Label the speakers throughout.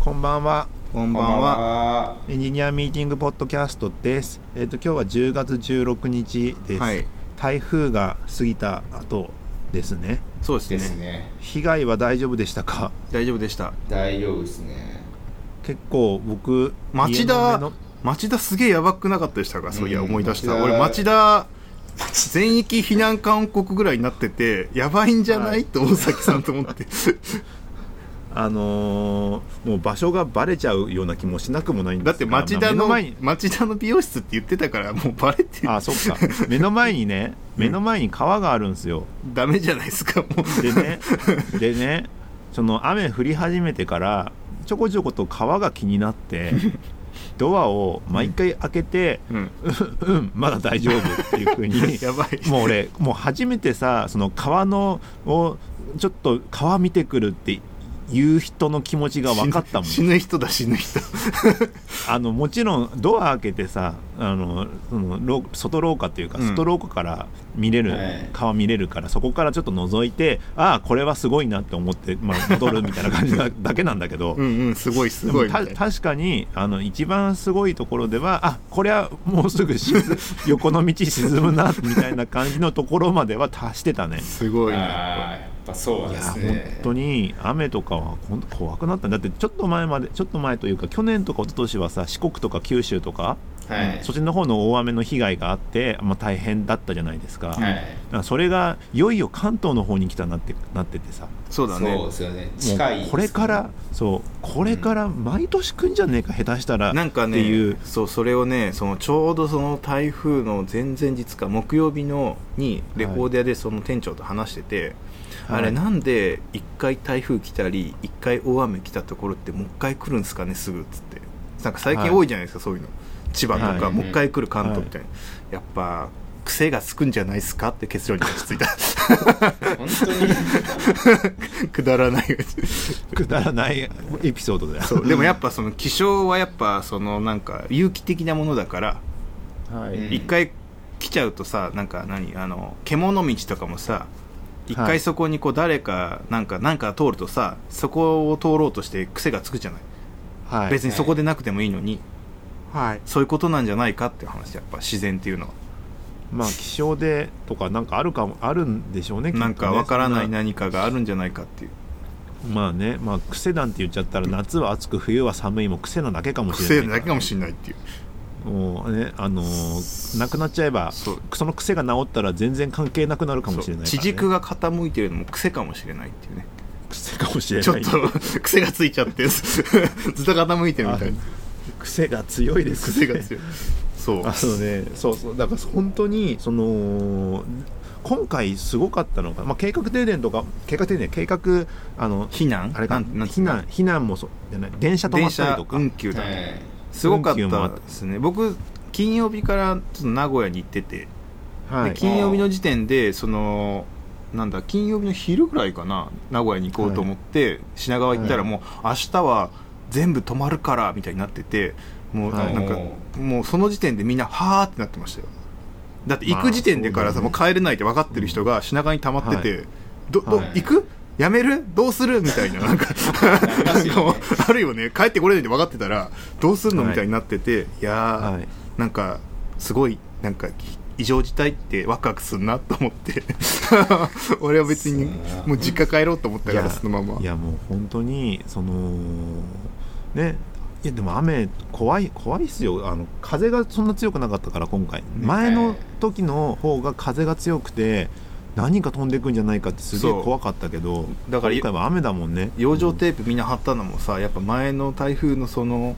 Speaker 1: こんばんは。
Speaker 2: こんばんは。
Speaker 3: は。
Speaker 1: エンジニアミーティングポッドキャストです。えっ、と今日は10月16日です。
Speaker 2: はい。
Speaker 1: 台風が過ぎた後ですね。
Speaker 2: そうですね
Speaker 3: ですね。
Speaker 1: 被害は大丈夫でしたか？
Speaker 2: 大丈夫でした。
Speaker 3: 大丈夫ですね。
Speaker 1: 結構僕
Speaker 2: 町
Speaker 1: 家の目
Speaker 2: 田
Speaker 1: の、
Speaker 2: 町田すげえやばくなかったでしたかそういや、
Speaker 3: うん
Speaker 2: 思い出し
Speaker 3: 町
Speaker 2: た。
Speaker 3: 田
Speaker 2: 俺、町田、全域避難勧告ぐらいになってて、やばいんじゃない、
Speaker 1: はい
Speaker 2: と大崎さんと思 って。
Speaker 1: あのーもう場所がバレちゃうような気もしなくもないんで
Speaker 2: だっ
Speaker 1: す
Speaker 2: て
Speaker 1: が
Speaker 2: 町田
Speaker 1: まあ目
Speaker 2: の、
Speaker 1: 前に
Speaker 2: 町田の美容室って言ってたから、もうバレてる
Speaker 1: あそ っか目の前にね目の前に川があるんですよ
Speaker 2: ダメじゃないですか、もう。
Speaker 1: でねでねその雨降り始めてからちょこちょこと川が気になってドアを毎回開けて
Speaker 2: うん。
Speaker 1: 「うんうんまだ大丈夫」っていう風に
Speaker 2: やばい。
Speaker 1: もう俺もう初めてさその川のをちょっと川見てくるって言う人の気持ちが分かったもん
Speaker 2: 死ぬ死ぬ人だ、死ぬ人。
Speaker 1: あのもちろんドア開けてさあのそのろ外廊下っていうか
Speaker 2: うん
Speaker 1: 外廊下から見れる、
Speaker 3: はい
Speaker 1: 川見れるからそこからちょっと覗いてああこれはすごいなって思って、まあ、戻るみたいな感じだだけなんだけど、
Speaker 2: うんうん、すごい、す
Speaker 1: で
Speaker 2: ご
Speaker 1: も
Speaker 2: いみた
Speaker 1: た
Speaker 2: いな。
Speaker 1: 確かにあの一番すごいところではあこれはもうすぐ沈む横の道沈むなみたいな感じのところまでは達してたね。
Speaker 2: すごいな。
Speaker 3: ああ、やっぱそう
Speaker 1: い
Speaker 3: で
Speaker 1: や
Speaker 3: す
Speaker 1: 本
Speaker 3: ね。
Speaker 1: 当に雨とかはほんと怖くなっただってちょっと前までちょっと前というか去年とか一昨年はさ四国とか九州とか
Speaker 3: はい。
Speaker 1: そっちの方の大雨の被害があって、まあ、大変だったじゃないですか,、
Speaker 3: は
Speaker 1: だ
Speaker 3: い。
Speaker 1: からそれがいよいよ関東の方に来たなってなっててさも
Speaker 2: そうだね
Speaker 3: そう。ですよね。
Speaker 1: う
Speaker 3: 近いですね。
Speaker 1: これからそうこれから毎年来んじゃねえか下手したら
Speaker 2: なんかね
Speaker 1: っていう
Speaker 2: そうそれをねそのちょうどその台風の前々日か木曜日のにレコード屋でその店長と話してて、
Speaker 1: はい
Speaker 2: あれなんで一回台風来たり一回大雨来たところってもう一回来るんですかねすぐっつってなんか最近多いじゃないですか、そういうの千葉とか、
Speaker 3: はい
Speaker 2: もう一回来る関東みたいな、やっぱ癖がつくんじゃないですかって結論に落ち着いた
Speaker 3: 本当に。
Speaker 2: くだらない
Speaker 1: くだらないエピソードだよ、
Speaker 2: そうでもやっぱその気象はやっぱそのなんか有機的なものだから
Speaker 1: は
Speaker 3: うん
Speaker 1: い、
Speaker 2: 一回来ちゃうとさなんか何あの獣道とかもさ一
Speaker 1: は
Speaker 2: 回
Speaker 1: い
Speaker 2: そこにこう誰かなんかなんか通るとさそこを通ろうとして癖がつくじゃない、
Speaker 1: はい、
Speaker 2: 別にそこでなくてもいいのに、はい、そういうことなんじゃないかっていう話やっぱ自然っていうのは、
Speaker 1: まあ気象でとかなんかあるかもあるんでしょうね
Speaker 2: なんかわからない
Speaker 1: な
Speaker 2: 何かがあるんじゃないかっていう
Speaker 1: まあねまあ癖なんて言っちゃったら夏は暑く冬は寒いも癖なだけかもしれ
Speaker 2: 癖
Speaker 1: ない
Speaker 2: だけかもし
Speaker 1: れ
Speaker 2: れないっていう
Speaker 1: ないもうねあのーなくなっちゃえば
Speaker 2: そう
Speaker 1: その癖が治ったら全然関係なくなるかもしれないから、ね、
Speaker 2: そう地軸が傾いてるのも癖かもしれないっていうね
Speaker 1: 癖かもしれ
Speaker 2: ちょ
Speaker 1: な
Speaker 2: っ
Speaker 1: い
Speaker 2: と 癖がついちゃって ずっと傾いてるみたいな
Speaker 1: 癖が強いです
Speaker 2: 癖が強いそう
Speaker 1: あのねそうそうだから本当にその今回すごかったのが、まあ、計画停電とか計画停電計画あの
Speaker 2: 避難
Speaker 1: あれか
Speaker 2: なんなんつ
Speaker 1: 避
Speaker 2: うの
Speaker 1: 難避難もそうじゃない電車止ま
Speaker 2: 電
Speaker 1: ったり
Speaker 2: 車
Speaker 1: とか
Speaker 2: 運休だ、
Speaker 3: はい。
Speaker 2: すごかっ
Speaker 1: 運休もあ
Speaker 2: た
Speaker 1: った
Speaker 2: ですね僕金曜日からちょっと名古屋に行ってて、
Speaker 1: は
Speaker 2: で
Speaker 1: い、
Speaker 2: 金曜日の時点でそのなんだ金曜日の昼ぐらいかな名古屋に行こうと思って、品川行ったら
Speaker 3: はい
Speaker 2: もう明日は全部止まるからみたいになっててもう
Speaker 1: はい
Speaker 2: なんか、
Speaker 3: も
Speaker 2: もうその時点でみんなはーってなってましたよだって行く時点でからさ、
Speaker 1: まあそう
Speaker 2: もう帰れないって分かってる人が品川に溜まってて、どど
Speaker 3: はい
Speaker 2: 行くやめるどうするみたいなな んか
Speaker 3: りますよ
Speaker 2: なん
Speaker 3: ね
Speaker 2: かもうあるよね帰ってこれないって分かってたらどうするの
Speaker 1: はい
Speaker 2: みたいになってて、い、やー、
Speaker 1: はい
Speaker 2: なんかすごいなんか異常事態ってワクワクすんなと思って 俺は別に
Speaker 3: そうだな
Speaker 2: もう実家帰ろうと思ったからそのまま
Speaker 1: いやもう本当にそのねいやでも雨怖い怖いっすよあの風がそんな強くなかったから今回前の時の方が風が強くて何か飛んでくんじゃないかってすげえ
Speaker 2: そう
Speaker 1: 怖かったけど
Speaker 2: だから
Speaker 1: 今回は雨だもんね
Speaker 2: 養生テープみんな貼ったのもさやっぱ前の台風のその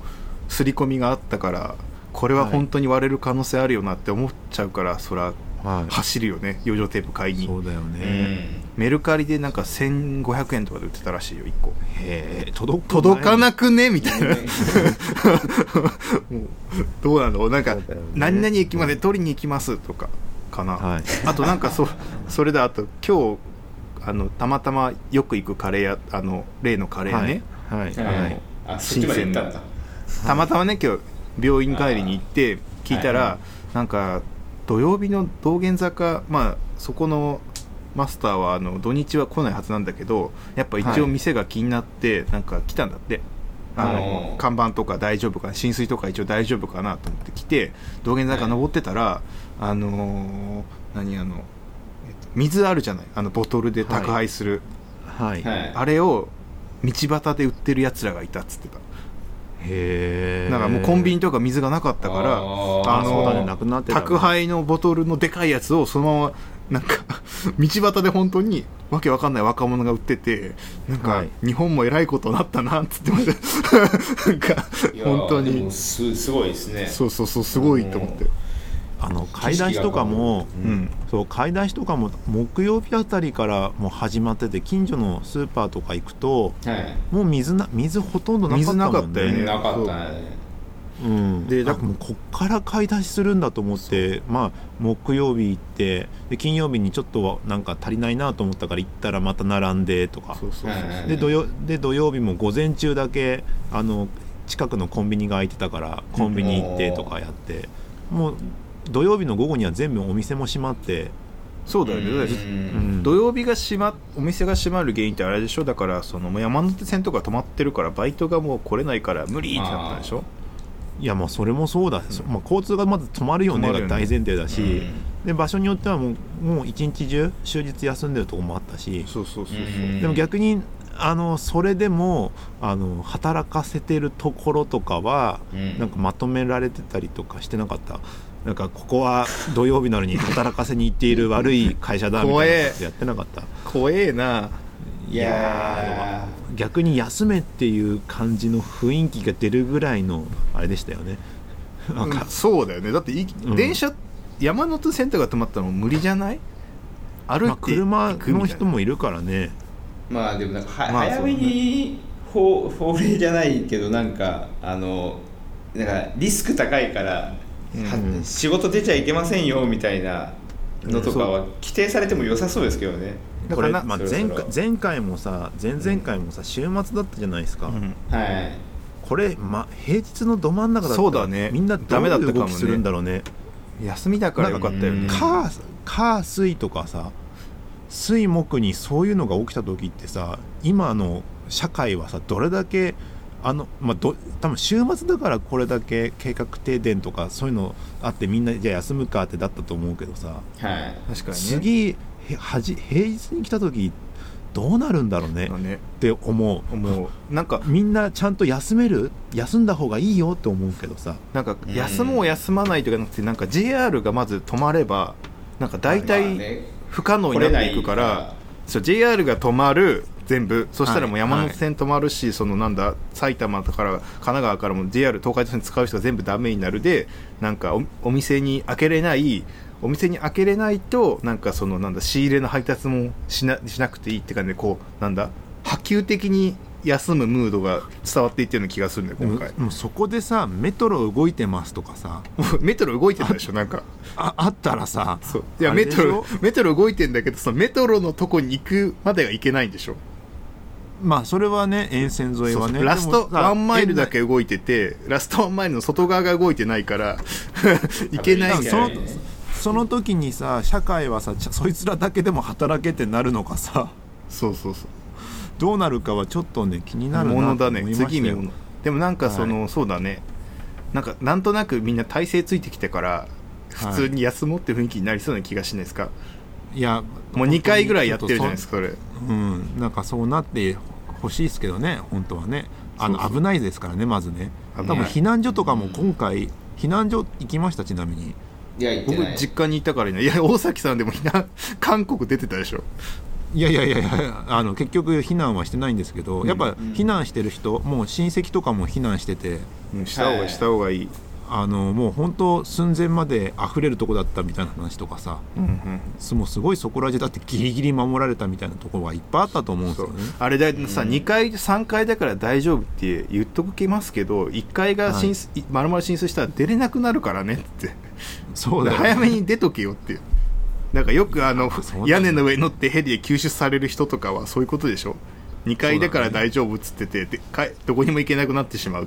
Speaker 2: 刷り込みがあったからこれは本当に割れる可能性あるよなって思っちゃうからそら
Speaker 1: は
Speaker 2: 走るよね養生テープ買い
Speaker 1: い
Speaker 2: に
Speaker 1: そうだよ
Speaker 3: う
Speaker 1: ね、
Speaker 3: ん。
Speaker 2: メルカリでなんか1500円とかで売ってたらしいよ1個
Speaker 1: へえ届く
Speaker 2: 届か
Speaker 1: い
Speaker 2: なくねみたいなもうどうなのなんか、
Speaker 1: そうだよね
Speaker 2: 何々駅まで取りに行きますとかかな、
Speaker 1: はい
Speaker 2: あとなんかそそれだあと今日あのたまたまよく行くカレー屋あの例のカレーね、
Speaker 1: はいはい、
Speaker 3: は
Speaker 1: はいい。
Speaker 3: あ、そっちまで行ったんだ。
Speaker 2: たまたまね今日病院帰りに行って聞いたら、
Speaker 3: はいは
Speaker 2: なんか土曜日の道玄坂まあそこのマスターはあの土日は来ないはずなんだけどやっぱ一応
Speaker 1: はい
Speaker 2: 店が気になって、なんか来たんだってあ
Speaker 3: う
Speaker 2: の
Speaker 3: ん
Speaker 2: 看板とか大丈夫かな浸水とか一応大丈夫かなと思って来て道玄坂登ってたら、あのー何あの、えっと水あるじゃないあのボトルで宅配する、
Speaker 1: はい、
Speaker 3: は
Speaker 1: へ
Speaker 3: い
Speaker 2: あれを道端で売ってるやつらがいたっつってた
Speaker 1: え
Speaker 2: だからもうコンビニとか水がなかったから、
Speaker 3: あー
Speaker 1: あ
Speaker 2: あ
Speaker 1: そう
Speaker 2: の
Speaker 1: だねなくなってたね
Speaker 2: 宅配のボトルのでかいやつをそのま まなんか道端で本当にわけわかんない若者が売っててなん
Speaker 1: は
Speaker 2: か
Speaker 1: い
Speaker 2: 日本もえらいことになったなっつって ましたなんか
Speaker 3: いやー
Speaker 2: 本当
Speaker 3: で
Speaker 2: に
Speaker 3: もすすごいですね
Speaker 2: そうそうそうすごいと思って
Speaker 1: あの買い出しとかも、
Speaker 2: が変わる
Speaker 1: うんそう買い出しとかも木曜日あたりからもう始まってて近所のスーパーとか行くと
Speaker 3: はい
Speaker 1: もう水な水ほとんどなかったもんね
Speaker 2: 水なかったよね
Speaker 3: なかったね
Speaker 1: うん、
Speaker 2: で
Speaker 1: で
Speaker 2: だ
Speaker 1: だからもうこっから買い出しするんだと思ってまあ木曜日行ってで金曜日にちょっとはなんか足りないなと思ったから行ったらまた並んでとか
Speaker 2: そうそうそう
Speaker 3: はい
Speaker 1: で土曜で土曜日も午前中だけあの近くのコンビニが空いてたからコンビニ行ってとかやってもう土曜日の午後には全部お店も閉まって、
Speaker 2: そうだよねだから
Speaker 3: うん
Speaker 1: うん
Speaker 2: 土曜日が閉まお店が閉まる原因ってあれでしょだからそのもう山手線とか止まってるからバイトがもう来れないから無理ってなったんでしょ
Speaker 1: いやまあそれもそうだ、そまあ、交通がまず止まるよね
Speaker 2: 止まる
Speaker 1: が
Speaker 2: よね
Speaker 1: 大前提だし、
Speaker 3: うん
Speaker 1: で場所によってはもうもう一日中終日休んでるとこもあったし、
Speaker 2: そうそうそうそう
Speaker 3: うん
Speaker 1: でも逆にあのそれでもあの働かせてるところとかは、
Speaker 3: うん
Speaker 1: なんかまとめられてたりとかしてなかったなんかここは土曜日なのに働かせに行っている悪い会社だみ
Speaker 2: 怖
Speaker 1: たい
Speaker 2: え
Speaker 1: なことやってなかった
Speaker 2: 怖えない
Speaker 3: や
Speaker 1: 逆に休めっていう感じの雰囲気が出るぐらいのあれでしたよねなん
Speaker 2: う
Speaker 1: か
Speaker 2: んそうだよねだってい、
Speaker 1: うん
Speaker 2: 電車山手線とか止まったらもう無理じゃない歩い
Speaker 1: まあ
Speaker 2: て
Speaker 1: 車
Speaker 2: 行くみた
Speaker 1: の
Speaker 2: いな
Speaker 1: 人もいるからね
Speaker 3: ーまあでもなんかは、
Speaker 2: まあ
Speaker 3: 早めに 法法令じゃないけどなんかあのなんかリスク高いから、
Speaker 2: うん
Speaker 3: は仕事出ちゃいけませんよみたいなのとかは規定されても良さそうですけどね、
Speaker 2: だ
Speaker 1: こ
Speaker 2: から
Speaker 1: れ、
Speaker 2: な
Speaker 1: まあ、
Speaker 3: そろそ
Speaker 1: 前
Speaker 3: ろ
Speaker 1: 回前回もさ前々回もさ週末だったじゃないですか、
Speaker 2: うん
Speaker 3: はい
Speaker 1: これ、ま、平日のど真ん中だったら
Speaker 2: そうだね
Speaker 1: みんなど
Speaker 2: ダ
Speaker 1: う
Speaker 2: メだった
Speaker 1: い
Speaker 2: か
Speaker 1: う
Speaker 2: もね
Speaker 1: 動きするんだろうね
Speaker 2: 休みだからよかったよね
Speaker 3: なんか
Speaker 1: 火火水とかさ水木にそういうのが起きた時ってさ今の社会はさどれだけあのまあど多分週末だからこれだけ計画停電とかそういうのあってみんなじゃあ休むかってだったと思うけどさ
Speaker 3: はい
Speaker 2: 確かにね
Speaker 1: 次へはじ平日に来た時どうなるんだろうね
Speaker 2: だね
Speaker 1: って思う
Speaker 2: もうなんか
Speaker 1: みんなちゃんと休める休んだ方がいいよって思うけどさ
Speaker 2: なんか
Speaker 3: ん
Speaker 2: 休もう休まないとかなくてなんか JR がまず止まればなんか大
Speaker 3: まあ
Speaker 2: 体
Speaker 3: ね
Speaker 2: 不可能になっていくから,、
Speaker 3: 来れないから
Speaker 2: そう JR が止まる全部そしたらもう
Speaker 1: はい
Speaker 2: 山手線止まるし、そのなんだ埼玉とから神奈川からも JR 東海道線使う人が全部ダメになるでなんかおお店に開けれないお店に開けれないとなんかそのなんだ仕入れの配達もしなしなくていいって感じでこうなんだ波及的に休むムードが伝わっていってるような気がするんだよ
Speaker 1: でも
Speaker 2: 今回
Speaker 1: もうそこでさメトロ動いてますとかさ
Speaker 2: メトロ動いてたでしょなんか
Speaker 1: ああったらさ
Speaker 2: そういや
Speaker 1: あ
Speaker 2: メ
Speaker 1: れでし
Speaker 2: ト
Speaker 1: ょ
Speaker 2: ロメトロ動いてんだけどそのメトロのとこに行くまでは行けないんでしょ
Speaker 1: まあそれはね沿線沿いは
Speaker 2: そう
Speaker 1: ね
Speaker 2: そうラスト
Speaker 1: でもさ
Speaker 2: ワンマイルだけ動いててラストワンマイルの外側が動いてないから 行けないんだ
Speaker 1: そ
Speaker 2: よ
Speaker 1: の
Speaker 3: いけないね
Speaker 1: その時にさ社会はさちゃそいつらだけでも働けってなるのかさ
Speaker 2: そうそうそう
Speaker 1: どうなるかはちょっとね気になるな
Speaker 2: もの
Speaker 1: と
Speaker 2: だ
Speaker 1: 思い
Speaker 2: ね
Speaker 1: ましたよ
Speaker 2: 次見ものでもなんかその、そうだねなんかなんとなくみんな体勢ついてきてから普通に休もうって雰囲気になりそうな気がしないですか、
Speaker 1: いや
Speaker 2: もう2回ぐらいやってるじゃないです
Speaker 1: か
Speaker 2: かそれ
Speaker 1: うんなんかそうなってほしいですけどね本当はねあの
Speaker 2: そうそう
Speaker 1: 危ないですからねまずね
Speaker 2: 危
Speaker 1: 多
Speaker 2: ない
Speaker 1: 分避難所とかも今回避難所行きましたちなみに
Speaker 3: いや行って
Speaker 2: 僕
Speaker 3: ない
Speaker 2: 実家にいたからいないいや大崎さんでもいな韓国出てたでしょ
Speaker 1: いやいやいやいやあの結局避難はしてないんですけどやっぱ避難してる人もう親戚とかも避難してて
Speaker 2: うんした方がい
Speaker 3: はいい
Speaker 2: した方がいい、
Speaker 1: あのもう本当寸前まで溢れるとこだったみたいな話とかさ
Speaker 2: うんうん
Speaker 1: すもうすごいそこら中だってギリギリ守られたみたいなところはいっぱいあったと思うんです
Speaker 2: そ
Speaker 1: よ
Speaker 2: う
Speaker 1: ね。
Speaker 2: あれださ、2階3階だから大丈夫って言っときますけど1階が浸水、丸々浸水したら出れなくなるからねって
Speaker 1: そうだよね
Speaker 2: 早めに出とけよっていうなんかよくあの
Speaker 1: そうなんだ
Speaker 2: 屋根の上に乗ってヘリで救出される人とかはそういうことでしょ2階だから大丈夫っつってて、でかどこにも行けなくなってしまうっ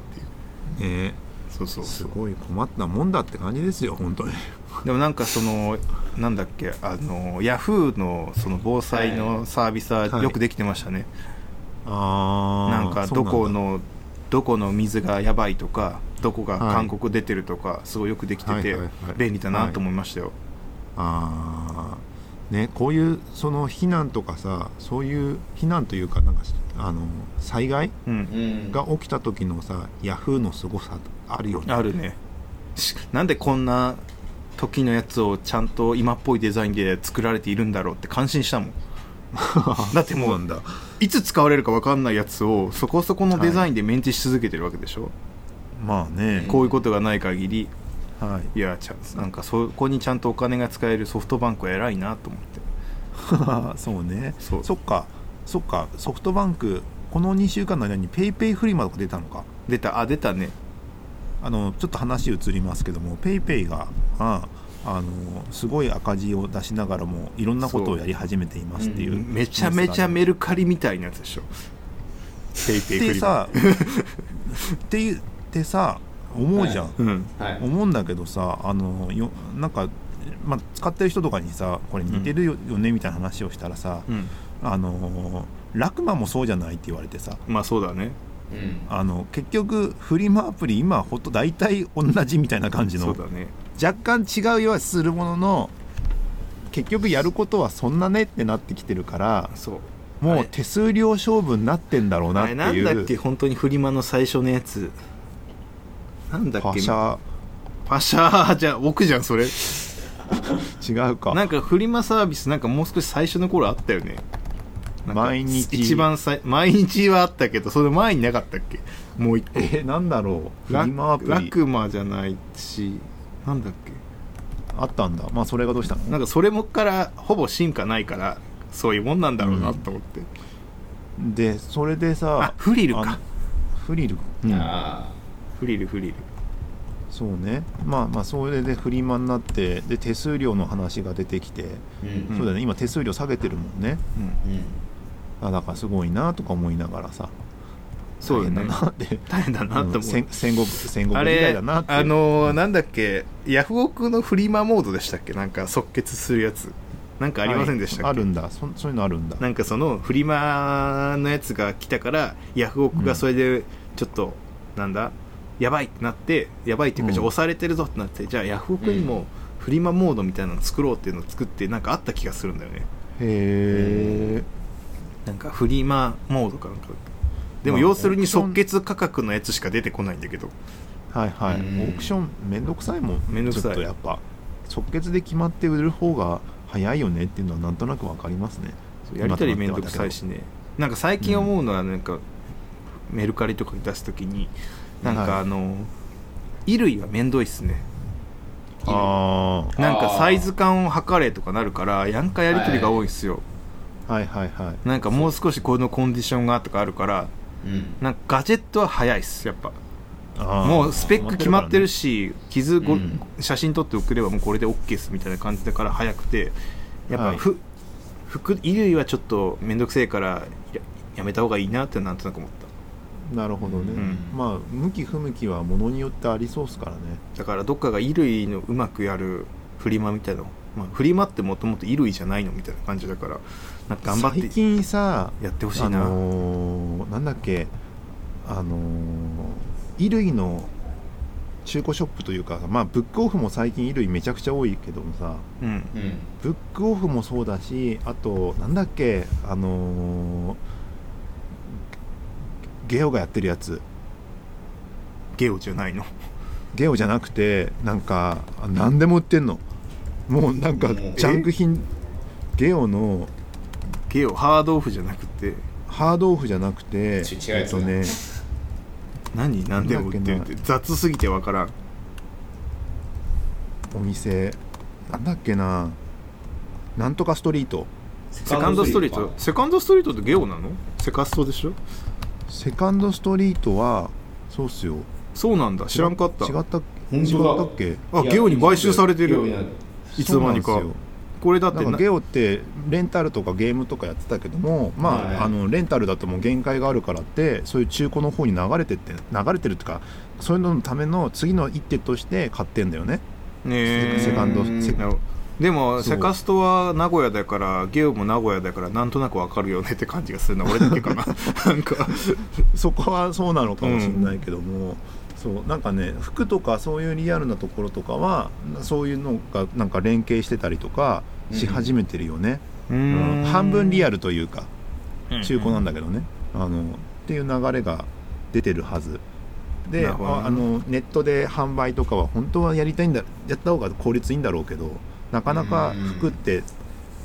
Speaker 2: ていう
Speaker 1: ね
Speaker 2: そうそう
Speaker 1: すごい困ったもんだって感じですよ本当に。
Speaker 2: でもなんかそのなんだっけあのヤフーのその防災のサービスは
Speaker 1: はい
Speaker 2: よくできてましたね、
Speaker 1: あー
Speaker 2: なんか
Speaker 1: そう
Speaker 2: どこ
Speaker 1: なんだ
Speaker 2: のどこの水がやばいとかどこが韓国出てるとか、すごいよくできて
Speaker 1: はい
Speaker 2: て
Speaker 1: はいはい
Speaker 2: 便利だなと思いましたよ、
Speaker 1: あーねこういうその避難とかさそういう避難というかなんかあの災害
Speaker 2: うん
Speaker 3: うん
Speaker 1: が起きた時のさヤフーのすごさあるよね
Speaker 2: あるねしなんでこんな時のやつをちゃんと今っぽいデザインで作られているんだろうって感心した もんだってもう
Speaker 1: だ
Speaker 2: いつ使われるか分かんないやつをそこそこのデザインでメンチし続けてるわけでしょ、
Speaker 1: まあね
Speaker 2: こういうことがない限り
Speaker 1: はい
Speaker 2: やちゃんなんかそこにちゃんとお金が使えるソフトバンクは偉いなと思っ
Speaker 1: い
Speaker 2: て
Speaker 1: そうね
Speaker 2: そう
Speaker 1: そっかそっかソフトバンクこの2週間の間にペイペイフリマとか出たのか
Speaker 2: 出たあ出たね
Speaker 1: あのちょっと話移りますけどもペイペイがああのすごい赤字を出しながらもいろんなことをやり始めていますっていう
Speaker 3: そう
Speaker 1: ニュースがね、
Speaker 2: めちゃめちゃメルカリみたいなやつでしょペイペイ
Speaker 1: って
Speaker 2: リマ
Speaker 1: さって言ってさ思うじゃん、
Speaker 2: うん
Speaker 3: はい
Speaker 1: 思うんだけどさあのよなんか、まあ、使ってる人とかにさこれ似てるよよねみたいな話をしたらさ、
Speaker 2: うん
Speaker 1: あのラクマもそうじゃないって言われてさ
Speaker 2: まあそうだね
Speaker 3: うん
Speaker 1: あの結局フリマアプリ今ほんと大体同じみたいな感じ
Speaker 2: そ
Speaker 1: の
Speaker 2: うだね
Speaker 1: 若干違うようはするものの結局やることはそんなねってなってきてるから
Speaker 2: そうあ
Speaker 1: も
Speaker 2: れ
Speaker 1: う手数料勝負になってんだろうな
Speaker 2: あ
Speaker 1: ってい
Speaker 2: れ
Speaker 1: う
Speaker 2: なんだっけ本当にフリマの最初のやつなんだっけ
Speaker 1: パシャ
Speaker 2: パシャじゃあ僕じゃんそれ
Speaker 1: 違うか
Speaker 2: なんかフリマサービスなんかもう少し最初の頃あったよねなんか
Speaker 1: 毎日
Speaker 2: 一番さい毎日はあったけどその前になかったっけもう一個
Speaker 1: えなんだろうフ
Speaker 2: ラ
Speaker 1: リマアプ
Speaker 2: ラ
Speaker 1: リ
Speaker 2: クマじゃないしなんだっ
Speaker 1: あったんだまあそれがどうしたの
Speaker 2: けなんかそれもからほぼ進化ないからそういうもんなんだろうなと思って、
Speaker 1: でそれでさ
Speaker 2: あフリル
Speaker 1: あ
Speaker 2: か
Speaker 1: のフリル、うん
Speaker 3: あ
Speaker 2: フリルフリル
Speaker 1: そうねまあまあそれでフリマになってで手数料の話が出てきて、
Speaker 3: ーうん
Speaker 1: そうだね今手数料下げてるもんね
Speaker 2: うん
Speaker 3: うん
Speaker 1: あだからすごいなとか思いながらさ
Speaker 2: そうだね
Speaker 1: 大変だなって
Speaker 2: 大変だ なと思
Speaker 1: うん
Speaker 2: って、
Speaker 1: 戦戦国戦国
Speaker 2: あ
Speaker 1: 時代
Speaker 2: れ
Speaker 1: だなって
Speaker 2: あのーなんだっけヤフオクのフリマモードでしたっけなんか即決するやつなんかありませんでしたっけ、
Speaker 1: はいあるんだそそういうのあるんだ
Speaker 2: なんかそのフリマのやつが来たからヤフオクがそれでちょっと、なんだやばいってなってやばいっていうか、
Speaker 1: うん
Speaker 2: じゃあ押されてるぞってなってじゃあヤフオクにもフリマモードみたいなの作ろうっていうのを作ってなんかあった気がするんだよね
Speaker 1: へえ
Speaker 2: なんかフリマモードかなんかでも
Speaker 1: まあ
Speaker 2: 要する
Speaker 1: オ
Speaker 2: に
Speaker 1: プション
Speaker 2: 即決価格のやつしか出てこないんだけど
Speaker 1: はいはい、
Speaker 3: うん
Speaker 1: オークションめんどくさいもん
Speaker 2: めんどくさい
Speaker 1: ちょっとやっぱ即決で決まって売る方が早いよねっていうのはなんとなくわかりますね
Speaker 2: そうやりたり面倒くさいしねなんか最近思うのはなんか、メルカリとかに出す時になん
Speaker 1: は
Speaker 2: か
Speaker 1: い
Speaker 2: あの、衣類は面倒いっすね
Speaker 1: あ
Speaker 2: なんかサイズ感を測れとかなるからやんかやり取りが多いんですよ、
Speaker 1: あはいはいはい
Speaker 2: なんかもう少しこのコンディションがとかあるから
Speaker 3: うん
Speaker 2: なんかガジェットは早いっすやっぱ
Speaker 1: あー
Speaker 2: もうスペック決まってるし傷ご、
Speaker 3: うん
Speaker 2: 写真撮って送ればもうこれで OK っすみたいな感じだから早くてやっぱ
Speaker 1: はい
Speaker 2: ふ、服衣類はちょっと面倒くせえからややめた方がいいなってなんとなく思った
Speaker 1: なるほどね、
Speaker 2: うん
Speaker 1: まあ向き不向きはものによってありそうですからね
Speaker 2: だからどっかが衣類のうまくやるフリマみたいなの、まあ、フリマってもともと衣類じゃないのみたいな感じだからなんか頑張
Speaker 1: 最
Speaker 2: って
Speaker 1: 近さ
Speaker 2: やってほしい
Speaker 1: あ
Speaker 2: な、
Speaker 1: のーなんだっけあのー衣類の中古ショップというかまあブックオフも最近衣類めちゃくちゃ多いけどもさ
Speaker 2: うん
Speaker 3: うん
Speaker 1: ブックオフもそうだしあとなんだっけあのーゲオがやってるやつ
Speaker 2: ゲオじゃないの
Speaker 1: ゲオじゃなくてなんかあ何でも売ってんのもうなんか
Speaker 3: うん
Speaker 1: ジャンク品ゲオの
Speaker 2: ゲオハードオフじゃなくて
Speaker 1: ハードオフじゃなくて
Speaker 3: ち違う
Speaker 1: え
Speaker 3: や
Speaker 1: っ
Speaker 3: つ
Speaker 1: とね
Speaker 2: 何何でも売ってるっ
Speaker 1: なんだ
Speaker 2: て雑すぎてわからん
Speaker 1: お店なんだっけななんとかストリート
Speaker 2: セカンドストリート
Speaker 3: か
Speaker 2: セカンドストリートってゲオなのセカストでしょ
Speaker 1: セカンドストリートはそうっすよ
Speaker 2: そうなんだ知らんかった
Speaker 1: 違った
Speaker 3: 本
Speaker 1: 違った
Speaker 3: 当
Speaker 1: っけ
Speaker 2: あゲオに買収されて
Speaker 3: ゲオにな
Speaker 2: るいつの間に
Speaker 1: そうな
Speaker 2: か
Speaker 1: んですよ
Speaker 2: これだって
Speaker 1: なん
Speaker 2: な
Speaker 1: かゲオってレンタルとかゲームとかやってたけどもまあ,、
Speaker 3: はい
Speaker 1: あのレンタルだともう限界があるからってそういう中古の方に流れてって流れてるっていうかそういうののための次の一手として買ってんだよね、
Speaker 2: ねえ
Speaker 1: セカンド
Speaker 3: うん
Speaker 1: セ
Speaker 2: なるほどでも
Speaker 1: そう
Speaker 2: セカストは名古屋だからゲオも名古屋だからなんとなくわかるよねって感じがするな俺だけ かななんか
Speaker 1: そこはそうなのかもしれないけども、そうなんかね服とかそういうリアルなところとかはそういうのがなんか連携してたりとかし始めてるよね、うん半分リアルというか中古なんだけどね、あのっていう流れが出てるはずで
Speaker 2: なるほどね
Speaker 1: ああのネットで販売とかは本当はやりたいんだやった方が効率いいんだろうけどなかなか服ってっ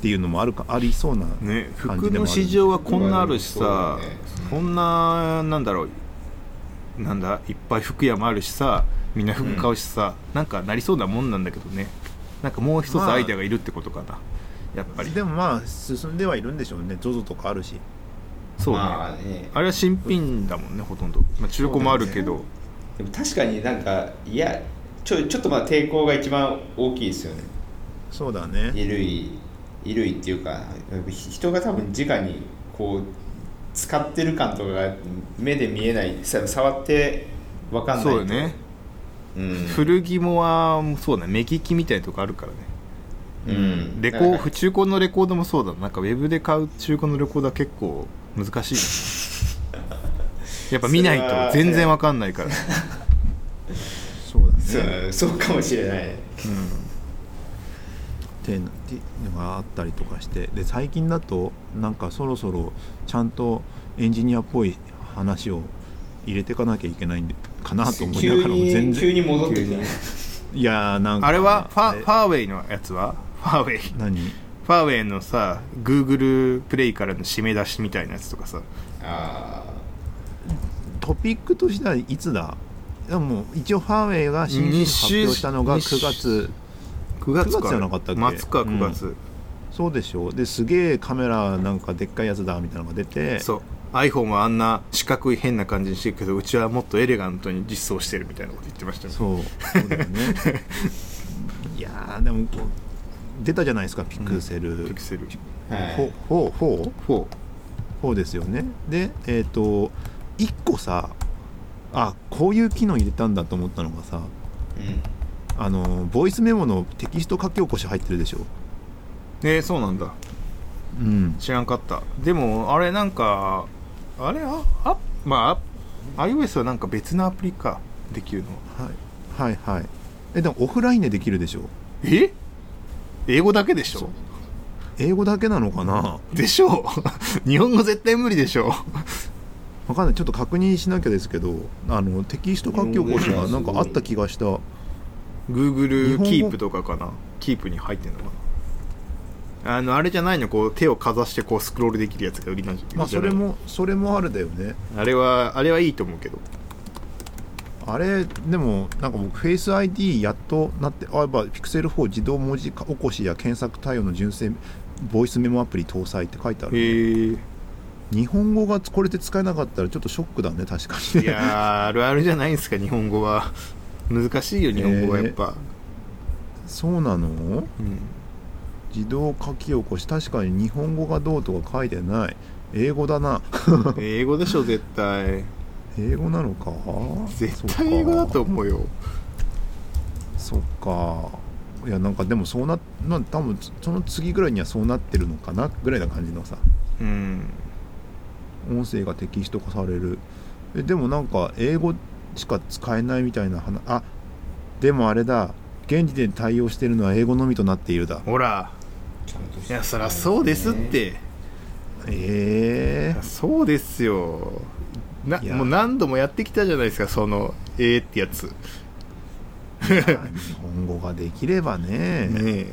Speaker 1: ていうのもあるかありそうな、
Speaker 2: ね
Speaker 1: 感じ
Speaker 2: 服
Speaker 1: でも
Speaker 2: の
Speaker 1: ある
Speaker 2: 市場はこんなあるしさ、
Speaker 3: そうだね
Speaker 2: こんななんだろうなんだいっぱい服屋もあるしさみんな服買うしさ、なんかなりそうなもんなんだけどねなんかもう一つ
Speaker 1: まあ
Speaker 2: アイデアがいるってことかな、やっぱり
Speaker 1: でもまあ進んではいるんでしょうね ZOZO とかあるし
Speaker 2: そうね、
Speaker 3: まあね
Speaker 2: あれは新品だもんねほとんど、まあ、中古もあるけど、
Speaker 3: でも確かになんかいやちょちょっとまあ抵抗が一番大きいですよね
Speaker 1: そうだね
Speaker 3: 衣類衣類っていうかひ人が多分直にこう使ってる感とかが目で見えないさ触って分かんない
Speaker 2: そうよね、
Speaker 3: うん、
Speaker 2: 古着もはそうだね目利きみたいなとこあるからね
Speaker 3: うん
Speaker 2: レコ
Speaker 3: なんか
Speaker 2: ー中古のレコードもそうだなんかウェブで買う中古のレコードは結構難しいねやっぱ見ない
Speaker 3: それは
Speaker 2: と全然わかんないから、
Speaker 1: そうだね
Speaker 3: そうそうかもしれない
Speaker 1: っていうのがあったりとかしてで最近だとなんかそろそろちゃんとエンジニアっぽい話を入れていかなきゃいけないんでかなと思いなが
Speaker 3: 急
Speaker 1: らも全
Speaker 3: に急
Speaker 1: 然
Speaker 3: に戻ってきた
Speaker 1: いやーなんか
Speaker 2: あれはファ
Speaker 1: え
Speaker 2: ファーウェイのやつはファーウェイフ
Speaker 1: 何
Speaker 2: ァーウェイのさ Google プレイからの締め出しみたいなやつとかさ
Speaker 3: あ
Speaker 1: トピックとしてはいつだでも一応ファーウェイが新機種
Speaker 2: にし
Speaker 1: 発表したのが
Speaker 2: にし
Speaker 1: 9月
Speaker 2: 9月
Speaker 1: 9月じゃなかったっけ
Speaker 2: 末か9月、
Speaker 1: そうでしょうですげえカメラなんかでっかいやつだみたいなのが出て
Speaker 2: そう iPhone はあんな四角い変な感じにしてるけどうちはもっとエレガントに実装してるみたいなこと言ってましたよ
Speaker 1: そうそうだよね いやーでもこう出たじゃないですかピクセル、
Speaker 2: ピクセル
Speaker 3: あは
Speaker 1: ほ
Speaker 3: い
Speaker 1: ほうほう
Speaker 2: 4
Speaker 1: ほうですよねでえっ、と1個さあこういう機能入れたんだと思ったのがさ
Speaker 3: うん
Speaker 1: あのボイスメモのテキスト書き起こし入ってるでしょ
Speaker 2: えー、そうなんだ
Speaker 1: うん
Speaker 2: 知らんかったでもあれなんかあれああまああ iOS はなんか別のアプリかできるの
Speaker 1: はい、はいはいえでもオフラインでできるでしょ
Speaker 2: え英語だけでしょ
Speaker 1: 英語だけなのかな
Speaker 2: でしょ う日本語絶対無理でしょ
Speaker 1: わかんないちょっと確認しなきゃですけどあのテキスト書き起こしがなんかあった気がした
Speaker 2: う Google
Speaker 1: 日
Speaker 2: Keep
Speaker 1: 本語
Speaker 2: とかかな Keep に入ってんのかなあのあれじゃないのこう手をかざしてこうスクロールできるやつが売りなんじゃ
Speaker 1: まあ
Speaker 2: じゃ
Speaker 1: そ
Speaker 2: な
Speaker 1: れ
Speaker 2: い
Speaker 1: もそれもあるだよね
Speaker 2: あれはあれはいいと思うけど
Speaker 1: あれでもなんか僕フェイス ID やっとなってあやっぱピクセル4自動文字起こしや検索対応の純正ボイスメモアプリ搭載って書いてあ
Speaker 2: へ
Speaker 1: る
Speaker 2: え
Speaker 1: 日本語がこれで使えなかったらちょっとショックだね確かに
Speaker 2: いやーあるあるじゃないですか日本語は難しいよ日本語はやっぱ、
Speaker 1: そうなの
Speaker 2: うん
Speaker 1: 自動書き起こし確かに日本語がどうとか書いてない英語だな
Speaker 2: 英語でしょ絶対
Speaker 1: 英語なのか
Speaker 2: 絶対英語だと思うよ
Speaker 1: そっかそっかいやなんかでもそうなな多分その次ぐらいにはそうなってるのかなぐらいな感じのさ
Speaker 2: うん
Speaker 1: 音声がテキスト化されるえでもなんか英語しか使えないみたいな話あでもあれだ現時点で対応してるのは英語のみとなっているだ
Speaker 2: ほら
Speaker 3: ちゃんとし
Speaker 2: い
Speaker 3: て
Speaker 2: やそりゃそうですって、
Speaker 1: ええ
Speaker 2: そうですよない
Speaker 1: や
Speaker 2: もう何度もやってきたじゃないですかそのえー、ってやつ
Speaker 1: 日本語ができればね
Speaker 2: ねえ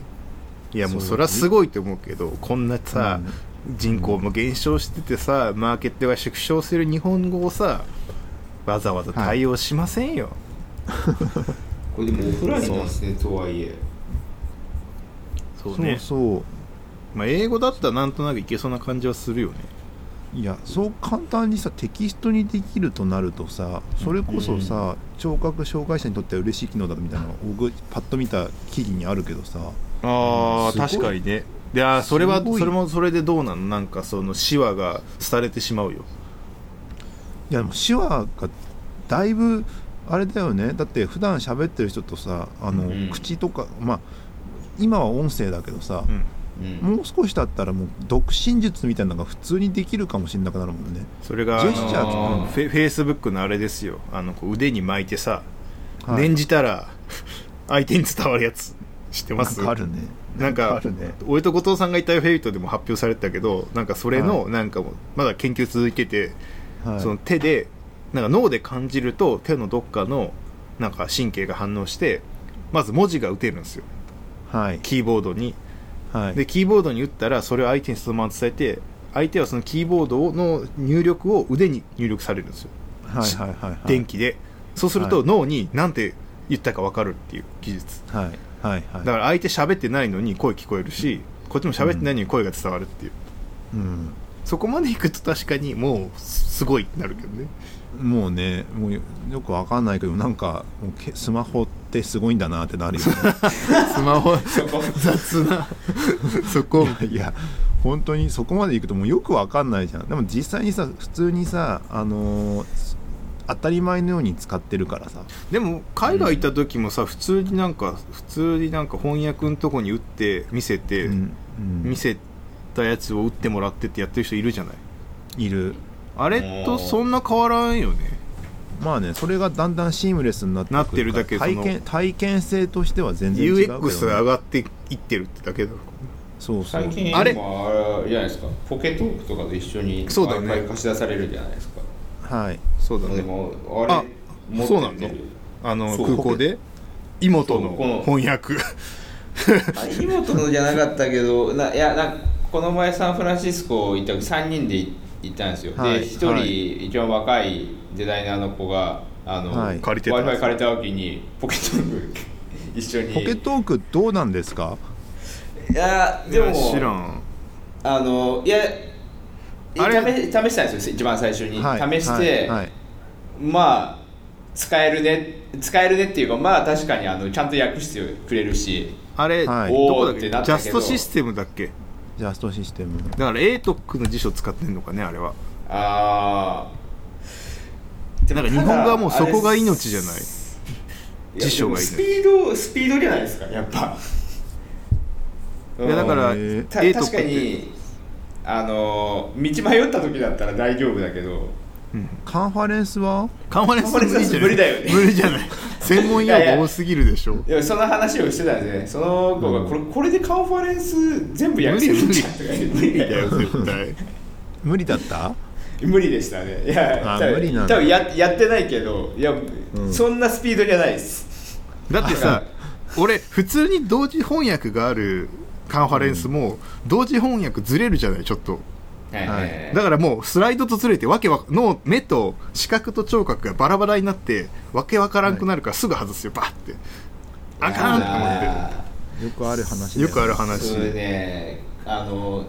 Speaker 2: いやもう
Speaker 1: そう
Speaker 2: そりゃすごいと思うけどこんなさ、人口も減少しててさマーケットが縮小する日本語をさわざわざ対応しませんよ、
Speaker 3: これでもオフラインなんですねとはいえ
Speaker 2: そう
Speaker 1: そう
Speaker 2: ね
Speaker 1: そ
Speaker 2: まあ、英語だったらなんとなくいけそうな感じはするよね
Speaker 1: ういやそう簡単にさテキストにできるとなるとさそれこそさ、聴覚障害者にとっては嬉しい機能だみたいなの僕パッと見た記事にあるけどさう
Speaker 2: あー
Speaker 1: んす
Speaker 2: 確
Speaker 1: ごい
Speaker 2: かにねいやーそれは
Speaker 1: すごい
Speaker 2: それもそれでどうなのなんかその手話が廃れてしまうよ
Speaker 1: いやでも手話がだいぶあれだよねだって普段喋ってる人とさあの、
Speaker 3: うん
Speaker 1: 口とかまあ今は音声だけどさ、
Speaker 2: うん、
Speaker 3: うん
Speaker 1: もう少しだったらもう独身術みたいなのが普通にできるかもしれなくなるもんね
Speaker 2: それが
Speaker 1: ジェスチャー
Speaker 2: あの
Speaker 3: とか
Speaker 2: フェフェイスブックのあれですよあのこう腕に巻いてさ、
Speaker 1: はい
Speaker 2: 念じたら相手に伝わるやつ知ってま
Speaker 1: なん
Speaker 2: す
Speaker 1: かあるね
Speaker 2: なんか
Speaker 1: あるね
Speaker 2: 俺と後藤さんがいたフェイトでも発表されてたけどなんかそれの、なんかもうまだ研究続いてて、
Speaker 1: はい
Speaker 2: その手でなんか脳で感じると手のどっかのなんか神経が反応してまず文字が打てるんですよ
Speaker 1: はい
Speaker 2: キーボードに
Speaker 1: はい
Speaker 2: でキーボードに打ったらそれを相手にそのまま伝えて相手はそのキーボードの入力を腕に入力されるんですよ、
Speaker 1: はいはいはいはい
Speaker 2: 電気でそうする
Speaker 1: は
Speaker 2: と
Speaker 1: い
Speaker 2: 脳に何て言ったか分かるっていう技術
Speaker 1: はいはいはい
Speaker 2: だから相手喋ってないのに声聞こえるしこっちも喋ってないのに声が伝わるっていう、
Speaker 1: うん
Speaker 2: そこまでいくと確かにもうすごいってなるけどね
Speaker 1: もうねもうよよくわかんないけどなんかもうけスマホってすごいんだなってなるよね
Speaker 2: スマホ
Speaker 3: そこ
Speaker 2: 雑な そこ
Speaker 1: いや本当にそこまでいくともうよくわかんないじゃんでも実際にさ普通にさあのー当たり前のように使ってるからさ
Speaker 2: でも海外行った時もさ普通になんか普通になんか翻訳のとこに打って見せて、
Speaker 1: うんうん
Speaker 2: 見せたやつを打ってもらってってやってる人いるじゃない
Speaker 1: いる
Speaker 2: あれとそんな変わらんよね
Speaker 1: まあねそれがだんだんシームレスになってく
Speaker 2: なってるだけ
Speaker 1: から
Speaker 2: その
Speaker 1: 体験体験性としては全然違うけど、ね、
Speaker 2: UX が上がっていってるってだけだろ
Speaker 1: そうそう
Speaker 3: 最近
Speaker 2: あ
Speaker 3: あ
Speaker 2: れ
Speaker 3: れあれじゃないですかポケトークとかと一緒に
Speaker 2: そうだよね
Speaker 3: 毎回貸し出されるじゃないですか
Speaker 1: はい
Speaker 2: そうだ
Speaker 3: で
Speaker 2: ね
Speaker 3: も
Speaker 2: あ
Speaker 3: あれ持って
Speaker 2: そうな
Speaker 3: っ
Speaker 2: ん
Speaker 3: て
Speaker 2: だ
Speaker 3: る
Speaker 2: あの
Speaker 3: そう
Speaker 2: 空港で妹
Speaker 3: そうこ
Speaker 2: の
Speaker 3: の
Speaker 2: 翻訳
Speaker 3: あ荷物のじゃなかったけどないやなんかこの前サンフランシスコ行った時3人で行ったんですよ、
Speaker 1: はい
Speaker 3: で1人、
Speaker 1: はい
Speaker 3: 一番若いデザイナーの子があの、
Speaker 1: はい
Speaker 2: 借りてた
Speaker 3: w i f i 借りた時にポケットの分一緒に
Speaker 1: ポケトークどうなんですか
Speaker 3: いやでも
Speaker 2: いや知らん
Speaker 3: あのいや
Speaker 2: あれ
Speaker 3: 試試したんですよ一番最初に、
Speaker 1: はい
Speaker 3: 試して、
Speaker 1: はいはい
Speaker 3: まあ使えるね使えるねっていうかまあ確かにあのちゃんと訳してくれるし
Speaker 2: あれ、
Speaker 1: はい
Speaker 2: どこだっ
Speaker 3: おーっ
Speaker 2: け
Speaker 3: て
Speaker 2: ジ
Speaker 3: なったけど
Speaker 2: ャストシステムだっけ
Speaker 1: ジャストシステム
Speaker 2: だから A トックの辞書使ってんのかねあれは
Speaker 3: ああ
Speaker 2: なんか日本語はもうそこが命じゃない辞書がいいね
Speaker 3: スピードスピードじゃないですかやっぱ
Speaker 2: いやだから
Speaker 1: へー
Speaker 2: A
Speaker 3: た
Speaker 2: トッ
Speaker 3: 確
Speaker 2: ク
Speaker 3: か
Speaker 2: って
Speaker 3: にあのー道迷った時だったら大丈夫だけど
Speaker 1: カンファレンスは
Speaker 2: カンファレンス無理じゃない
Speaker 3: カンファレンス無理だよね
Speaker 2: 無理じゃない専門用
Speaker 3: いやい
Speaker 2: 語
Speaker 3: や
Speaker 2: 多すぎるでしょ
Speaker 3: いやその話をしてたんですねその子がこれ,、これでカンファレンス全部やるせるんじゃんとか言って無理
Speaker 2: いや絶対
Speaker 1: 無理だった
Speaker 3: 無理でしたねいや
Speaker 1: あ
Speaker 3: 多分
Speaker 1: 無理なんだ
Speaker 3: 多分ややってないけどいや、そんなスピードじゃないです
Speaker 2: だって
Speaker 3: は
Speaker 2: さ
Speaker 3: い
Speaker 2: 俺普通に同時翻訳があるカンファレンスも同時翻訳ずれるじゃないちょっと
Speaker 3: はい
Speaker 1: はいはい
Speaker 2: だからもうスライドとずれてわけわか脳目と視覚と聴覚がバラバラになってわけわからんくなるからすぐ外すよバッてあかんと思っ
Speaker 1: よくある話だ
Speaker 2: て
Speaker 1: よ
Speaker 2: よ
Speaker 1: ね
Speaker 2: くある
Speaker 3: そ
Speaker 2: 話
Speaker 3: れねあの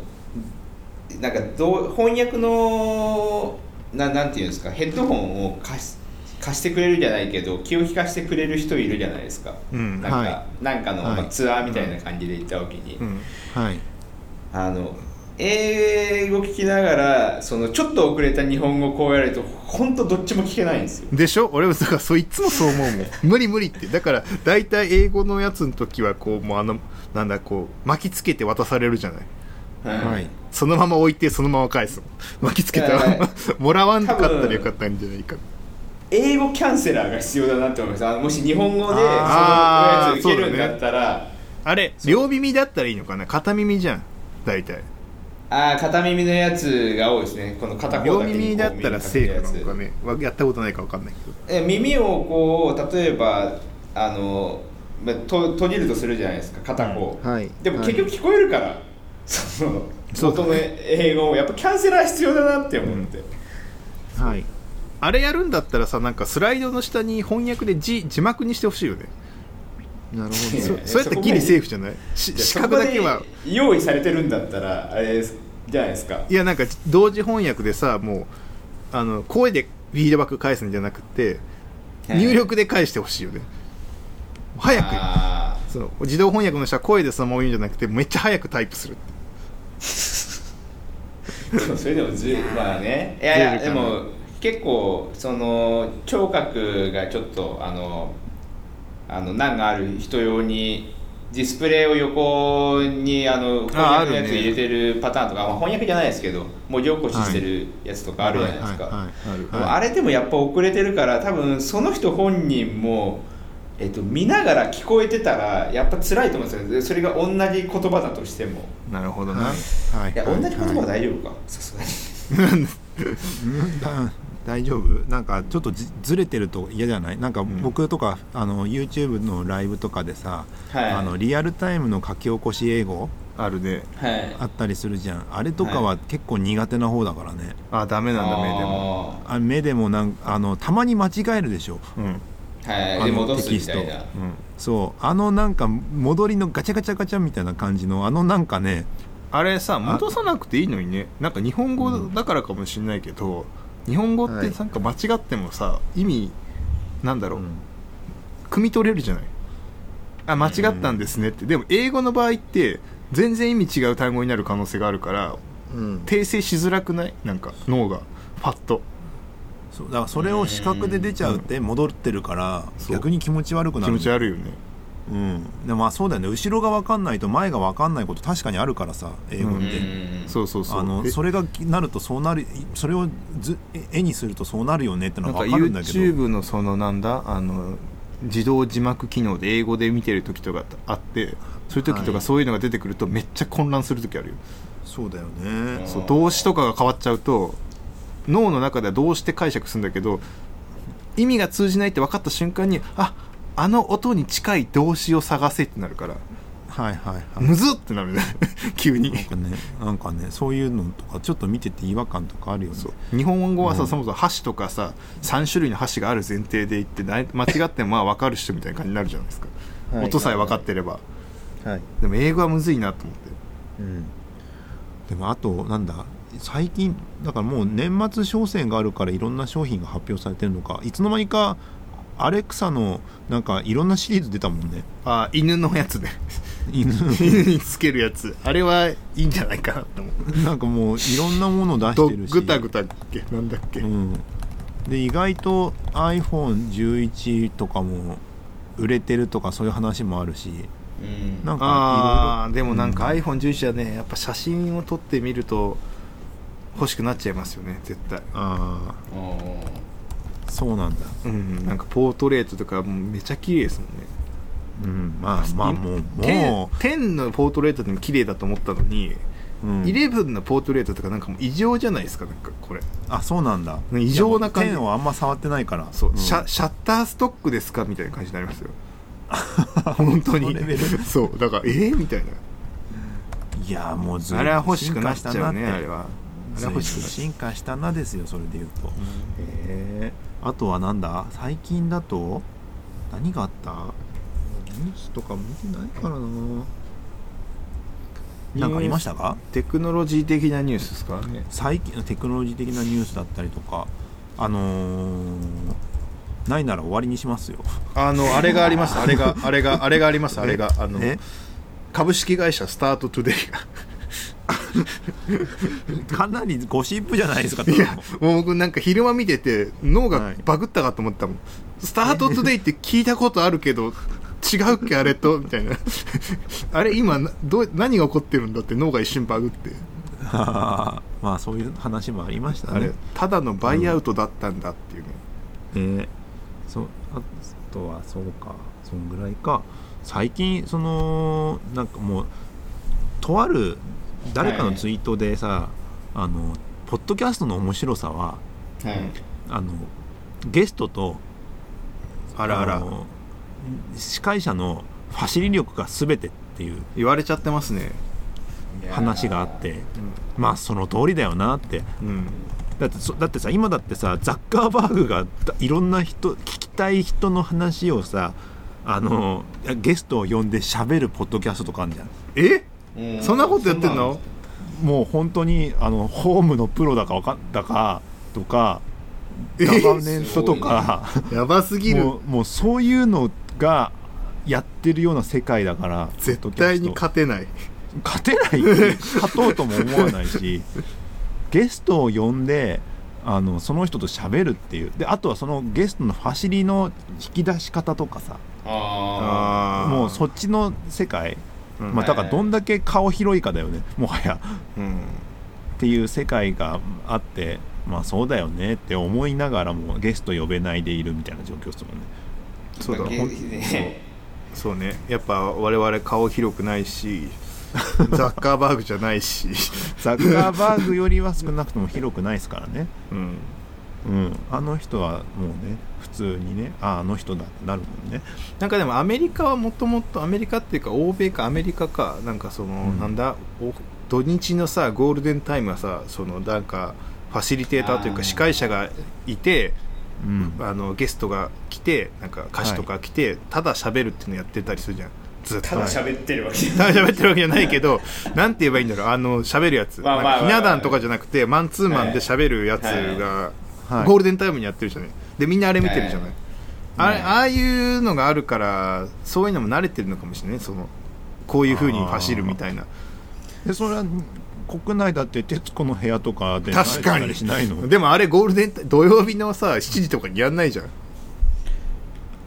Speaker 3: なんかどう翻訳のななんていうんですかヘッドホンを貸し貸してくれるじゃないけど気を利かしてくれる人いるじゃないですか、
Speaker 2: うん
Speaker 3: なんか、
Speaker 1: は
Speaker 3: なんかの、
Speaker 1: はい
Speaker 3: まあツアーみたいな感じで行った時に、
Speaker 2: うん
Speaker 1: はい
Speaker 3: あの英語聞きながらそのちょっと遅れた日本語こうやると本当どっちも聞けないんですよ
Speaker 2: でしょ俺もだからそういつもそう思うもん無理無理ってだから大体英語のやつの時はこうもうあのなんだこう巻きつけて渡されるじゃない
Speaker 1: はい
Speaker 2: そのまま置いてそのまま返す巻きつけた
Speaker 3: いやい
Speaker 2: ら
Speaker 3: や
Speaker 2: もらわんかったらよかったんじゃないか
Speaker 3: 英語キャンセラーが必要だなって思いますあのもし日本語でそのお
Speaker 2: あ
Speaker 3: や
Speaker 2: ー
Speaker 3: つ受けるんだったら、
Speaker 2: あれ両耳だったらいいのかな片耳じゃん大体
Speaker 3: ああ片耳のやつが多いですねこの片方
Speaker 2: 両
Speaker 3: だけ
Speaker 2: 耳だったらセーフなのか
Speaker 3: ね
Speaker 2: ねわやったことないか分かんないけど
Speaker 3: え耳をこう例えばあのまと閉じるとするじゃないですか片方、
Speaker 1: うんはい
Speaker 3: でも
Speaker 1: はい
Speaker 3: 結局聞こえるから、その
Speaker 2: そうだ
Speaker 3: 元の英語をやっぱキャンセラー必要だなって思って、
Speaker 1: はい
Speaker 2: あれやるんだったらさなんかスライドの下に翻訳で字字幕にしてほしいよね
Speaker 1: なるほ
Speaker 3: いや
Speaker 2: そ
Speaker 3: いや
Speaker 2: そうやったらギリセーフじゃないし
Speaker 3: で
Speaker 2: 視
Speaker 3: そ
Speaker 2: 覚
Speaker 3: こ
Speaker 2: だけ
Speaker 3: で
Speaker 2: は
Speaker 3: 用意されてるんだったらあれですじゃないですか
Speaker 2: いやなんか同時翻訳でさもうあの声でフィードバック返すんじゃなくて
Speaker 3: はい
Speaker 2: 入力で返してほしいよね早く
Speaker 3: あー
Speaker 2: その自動翻訳の人は声でそのまま言うんじゃなくてめっちゃ早くタイプする
Speaker 3: で もそれでもずまあ ねいやいや
Speaker 2: ずれ
Speaker 3: で
Speaker 2: るかな
Speaker 3: も結構その聴覚がちょっとあのあの難がある人用にディスプレイを横にあの翻
Speaker 2: あ
Speaker 3: 訳のやつ
Speaker 2: あるね
Speaker 3: 入れてるパターンとかまあ翻訳じゃないですけど文字起こししてるやつとかあるじゃないですか、
Speaker 1: はいはい
Speaker 2: ある
Speaker 3: でもあれでもやっぱ遅れてるから多分その人本人も、えっと、見ながら聞こえてたらやっぱ辛いと思うんですよねそれが同じ言葉だとしても
Speaker 2: なるほどな、
Speaker 1: はいはい
Speaker 3: いや同じ言葉は
Speaker 1: はい
Speaker 3: 大丈夫かさすがに
Speaker 1: うん だ大丈夫なんかちょっとじずれてると嫌じゃないなんか
Speaker 2: ん
Speaker 1: 僕とか、あの YouTube のライブとかでさ、
Speaker 3: はい
Speaker 1: あのリアルタイムの書き起こし英語
Speaker 2: あるね
Speaker 3: はい
Speaker 1: あったりするじゃんあれとかは結構苦手な方だからね、
Speaker 2: あダメなんだ目でも
Speaker 3: も
Speaker 1: あ目でもなんあのたまに間違えるでしょ
Speaker 2: うん
Speaker 3: はいで戻すみたいな
Speaker 2: うん
Speaker 1: そうあのなんか戻りのガチャガチャガチャみたいな感じのあのなんかね
Speaker 2: あれさ戻さなくていいのにねなんか日本語だからかもしれないけど、日本語ってなんか間違ってもさ、意味なんだろう、汲み取れるじゃないあ間違ったんですねって、でも英語の場合って全然意味違う単語になる可能性があるから
Speaker 1: うん
Speaker 2: 訂正しづらくないなんか脳がパッと
Speaker 1: そうだからそれを視覚で出ちゃうって戻ってるから
Speaker 2: そう
Speaker 1: 逆に気持ち悪くな
Speaker 2: 気
Speaker 1: る
Speaker 2: 持ち悪いよね
Speaker 1: うん、でもまあそうだよね後ろが分かんないと前が分かんないこと確かにあるからさ英語って、
Speaker 3: うん
Speaker 2: そうそうそう
Speaker 1: あの
Speaker 2: え
Speaker 1: それがなるとそうなるそれをず絵にするとそうなるよねって
Speaker 2: な
Speaker 1: の
Speaker 2: んか
Speaker 1: は分かるんだけど
Speaker 2: YouTube のそのなんだあの自動字幕機能で英語で見てる時とかあってそういう時と
Speaker 1: は
Speaker 2: か
Speaker 1: い
Speaker 2: そういうのが出てくるとめっちゃ混乱する時あるよ、
Speaker 1: そうだよね
Speaker 2: そう
Speaker 3: あー
Speaker 2: 動詞とかが変わっちゃうと脳の中では動詞って解釈するんだけど意味が通じないって分かった瞬間にああの音に近い動詞を探せってなるから
Speaker 1: はいはいはい
Speaker 2: むずってなるね 急に
Speaker 1: なんかねなんかねそういうのとかちょっと見てて違和感とかあるよね
Speaker 2: そう日本語はさ、
Speaker 1: うん
Speaker 2: そもそも箸とかさ3種類の箸がある前提で言ってな間違ってもまあ分かる人みたいな感じになるじゃないですか、
Speaker 1: はい
Speaker 2: 音さえ分かってれば
Speaker 1: はい
Speaker 2: でも英語はむずいなと思って
Speaker 1: うん、でもあとなんだ最近だからもう年末商戦があるからいろんな商品が発表されてるのかいつの間にかアレクサのなんかいろんなシリーズ出たもんね
Speaker 2: ああ犬のやつね
Speaker 1: 犬
Speaker 2: 犬につけるやつあれはいいんじゃないかなと思う
Speaker 1: なんかもういろんなもの出
Speaker 2: ど
Speaker 1: してるし
Speaker 2: ぐたぐたっけなんだっけ、
Speaker 1: うん、で意外と iPhone11 とかも売れてるとかそういう話もあるし
Speaker 3: うん
Speaker 1: なんか
Speaker 2: あ
Speaker 1: いろいろ
Speaker 2: ーでもなんか
Speaker 1: う
Speaker 2: iPhone11 はねやっぱ写真を撮ってみると欲しくなっちゃいますよね絶対
Speaker 1: あ
Speaker 3: うん
Speaker 1: ーそうなんだ
Speaker 2: うんなんかポートレートとかもうめちゃ綺麗ですもんね
Speaker 1: うんまあまあもう
Speaker 2: 10
Speaker 1: も
Speaker 2: 10, のポートレートでも綺麗だと思ったのに、
Speaker 1: う、うん
Speaker 2: 11のポートレートとかなんかもう異常じゃないですかなんかこれ
Speaker 1: あそうなんだ
Speaker 2: 異常な感じ
Speaker 1: いやもうペンをあんま触ってないから
Speaker 2: そう、
Speaker 1: ん
Speaker 2: シャシャッターストックですかみたいな感じになりま すよ本当に
Speaker 1: そのレベル
Speaker 2: そうだからえー、みたい
Speaker 1: いやもうずい
Speaker 2: な
Speaker 1: ぶん
Speaker 2: あれは欲しくなっち
Speaker 1: 進化
Speaker 2: ゃ
Speaker 1: した
Speaker 2: うね
Speaker 1: って
Speaker 2: あれはあれ
Speaker 1: ずい
Speaker 2: は
Speaker 1: ぶん
Speaker 2: 欲しくなっちゃう
Speaker 1: 進化したなですよそれで言うと、へえあとはなんだ最近だと何があったニュースとか見てないからななんかありましたか
Speaker 2: テクノロジー的なニュースですからね
Speaker 1: 最近のテクノロジー的なニュースだったりとかあのーないなら終わりにしますよ
Speaker 2: あのあれがありますあれがあれがあれがありますあれがあの
Speaker 1: え
Speaker 2: 株式会社スタートトゥデイが
Speaker 1: かなりゴシップじゃないですか
Speaker 2: いや
Speaker 1: と ても
Speaker 2: もう僕なんか昼間見てて脳が
Speaker 1: はい
Speaker 2: バグったかと思ったもん、スタートトゥデイって聞いたことあるけど違うっけあれとみたいな あれ今などう何が起こってるんだって脳が一瞬バグって
Speaker 1: まあそういう話もありましたね
Speaker 2: あれただのバイアウトだったんだっていうね、
Speaker 1: でそあとはそうかそんぐらいか最近そのなんかもうとある誰かのツイートでさ、あのポッドキャストの面白さは
Speaker 3: はい
Speaker 1: あのゲストと
Speaker 2: あらあら
Speaker 1: の司会者のファシリ力が全てっていう
Speaker 2: 言われちゃってますね
Speaker 3: いやー
Speaker 1: 話があってまあその通りだよなって
Speaker 2: うん
Speaker 1: だってそだってさ今だってさザッカーバーグがだいろんな人聞きたい人の話をさあの、ゲストを呼んで喋るポッドキャストとかあるじゃん
Speaker 2: え
Speaker 3: う
Speaker 2: そんなことやってんの
Speaker 1: もう本当にあのホームのプロだかわかんだかとか
Speaker 2: え
Speaker 1: ガバネントとか、
Speaker 2: やばすぎる
Speaker 1: もうもうそういうのがやってるような世界だから
Speaker 2: 絶対に
Speaker 1: ポッドキャスト
Speaker 2: 勝てな
Speaker 1: 勝
Speaker 2: い
Speaker 1: てないし 勝とうとも思わないしゲストを呼んであのその人と喋るっていうであとはそのゲストのファシリの引き出し方とかさ
Speaker 3: あ
Speaker 2: あー
Speaker 1: もうそっちの世界、
Speaker 2: うん
Speaker 1: まあ、だからどんだけ顔広いかだよねもはや
Speaker 2: うん
Speaker 1: っていう世界があってまあそうだよねって思いながらもゲスト呼べないでいるみたいな状況ですもんね
Speaker 3: あ
Speaker 2: そうだ
Speaker 3: ゲ
Speaker 2: ほん
Speaker 3: ね
Speaker 2: そうねやっぱ我々顔広くな いしザッカーバーグじゃないし、
Speaker 1: ザッカーバーグよりは少なくとも広くないですからね
Speaker 2: うん、
Speaker 1: うんあの人はもうね普通にねあああの人だってなるもんね
Speaker 2: なんかでもアメリカはもともとアメリカっていうか欧米かアメリカかなんかその、
Speaker 1: うん
Speaker 2: なんだお土日のさゴールデンタイムはさそのなんかファシリテーターという
Speaker 3: あ
Speaker 2: か
Speaker 3: ー
Speaker 2: 司会者がいて
Speaker 1: うん
Speaker 2: あのゲストが来てなんか歌手とか来て、ただ喋るっていうのやってたりするじゃんずっと
Speaker 3: ただ喋ってるわけじゃない
Speaker 2: ただ喋ってるわけじゃないけどなんて言えばいいんだろうあの喋るやつ
Speaker 3: まあまあまあ
Speaker 2: なんかひな壇とかじゃなくてマンツーマンで喋るやつが
Speaker 1: はい
Speaker 2: ゴールデンタイムにやってるじゃないでみんなあれ見てるじゃないあ
Speaker 3: はい
Speaker 2: れああいうのがあるからそういうのも慣れてるのかもしれないそのこういうふうに走るみたいな
Speaker 1: でそれは国内だって『徹子の部屋』とかで
Speaker 2: 確か
Speaker 1: 慣れてたり
Speaker 2: に
Speaker 1: しないの
Speaker 2: でもあれゴールデンタ土曜日のさ7時とかにやんないじゃん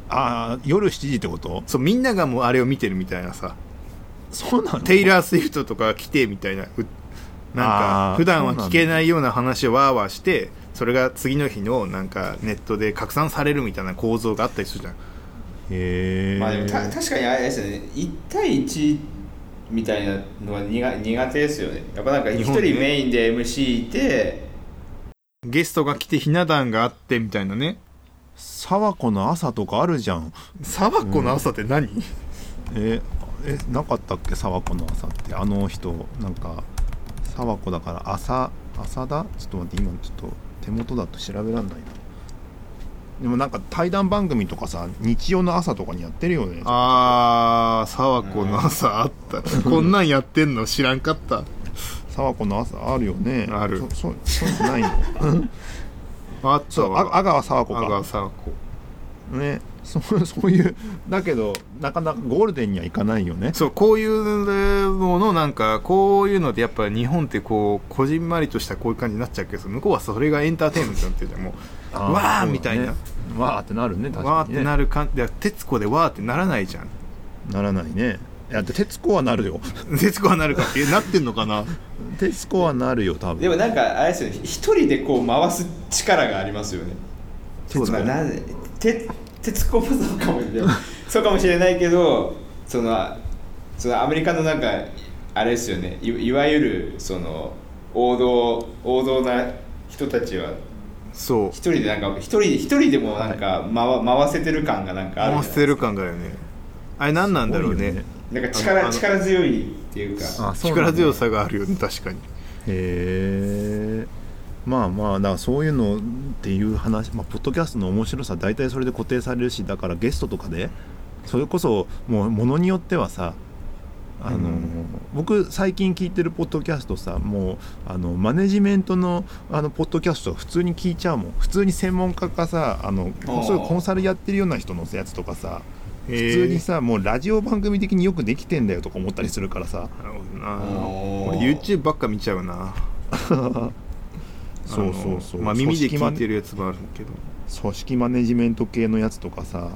Speaker 1: ああ夜7時ってこと
Speaker 2: そうみんながもうあれを見てるみたいなさ
Speaker 1: そうなの
Speaker 2: テイラー・スウィフトとか来てみたいなうなん
Speaker 1: あ
Speaker 2: か
Speaker 1: ー
Speaker 2: 普段は聞けないような話をわーわーしてそれが次の日のなんかネットで拡散されるみたいな構造があったりするじゃん
Speaker 1: へえ、
Speaker 3: まあでもた確かにあれですよね1対1みたいなのは苦苦手ですよねやっぱなんか一
Speaker 2: 日
Speaker 3: 人
Speaker 2: 本ね
Speaker 3: メインで MC いて、
Speaker 2: ゲストが来てひな壇があってみたいなね
Speaker 1: 沢子の朝とかあるじゃん
Speaker 2: サバコの朝って何、
Speaker 1: ええなかったっけ沢子の朝ってあの人なんか沢子だから朝朝だちょっと待って今ちょっと手元だと調べらんないなでもなんか対談番組とかさ日曜の朝とかにやってるよね
Speaker 2: あーサワコの朝あった、こんなんやってんの知らんかった
Speaker 1: 沢子の朝あるよね
Speaker 2: ある
Speaker 1: そそそうないの
Speaker 2: あっ
Speaker 1: そ
Speaker 2: た
Speaker 1: うあ
Speaker 2: わ
Speaker 1: 阿川沢子
Speaker 2: あが
Speaker 1: か
Speaker 2: サワコ
Speaker 1: ね そうそういうだけどなかなかゴールデンにはいかないよね
Speaker 2: そうこういうののなんかこういうのでやっぱ日本ってこうこじんまりとしたこういう感じになっちゃうけど向こうはそれがエンターテインメントになってるじゃんもう
Speaker 1: あー
Speaker 2: わー
Speaker 1: そうだね
Speaker 2: みたいな、
Speaker 1: わーってなるね確
Speaker 2: わ
Speaker 1: か
Speaker 2: ーっ
Speaker 1: に、ね、
Speaker 2: てなる感じで徹子でわーってならないじゃん
Speaker 1: ならないねいや徹子はな るよ
Speaker 2: 徹子はなるかえなってんのかな
Speaker 1: 徹子はなるよ多分
Speaker 3: でもなんかあれですよね一人でこう回す力がありますよね
Speaker 1: そうだね
Speaker 3: まあなんて徹子もそうかもしれ ないそうかもしれないけどそのそのアメリカのなんかあれですよねいいわゆるその王道王道な人たちは
Speaker 2: そう
Speaker 3: 一人でなんか一人一人でもなんか回,、回せてる感がなんかあるじゃ
Speaker 2: モ
Speaker 3: ない
Speaker 2: ンステル感がよねあれ何なんだろうね
Speaker 3: なんか
Speaker 2: あのあの
Speaker 3: 力力強いっていうか
Speaker 1: あそうなんだ
Speaker 2: 力強さがあるよね確かに
Speaker 1: へえまあまあだからそういうのっていう話、まあ、ポッドキャストの面白さ大体それで固定されるしだからゲストとかでそれこそもうものによってはさあの、
Speaker 2: うん
Speaker 1: 僕最近聞いてるポッドキャストさもうあのマネジメントのあのポッドキャスト普通に聞いちゃうもん普通に専門家かさあの
Speaker 3: あー
Speaker 1: そういうコンサルやってるような人のやつとかさ
Speaker 2: 普
Speaker 1: 普通にさもうラジオ番組的によくできてんだよとか思ったりするからさ
Speaker 2: なるほどな
Speaker 3: お
Speaker 2: 俺
Speaker 3: ー
Speaker 2: YouTube ばっか見ちゃうな
Speaker 1: そうそうそう
Speaker 2: あのまあ耳
Speaker 1: 組
Speaker 2: で
Speaker 1: 織マ
Speaker 2: 聞い
Speaker 1: ネ
Speaker 2: てるやつもあるけど
Speaker 1: 組織マネジメント系のやつとかさ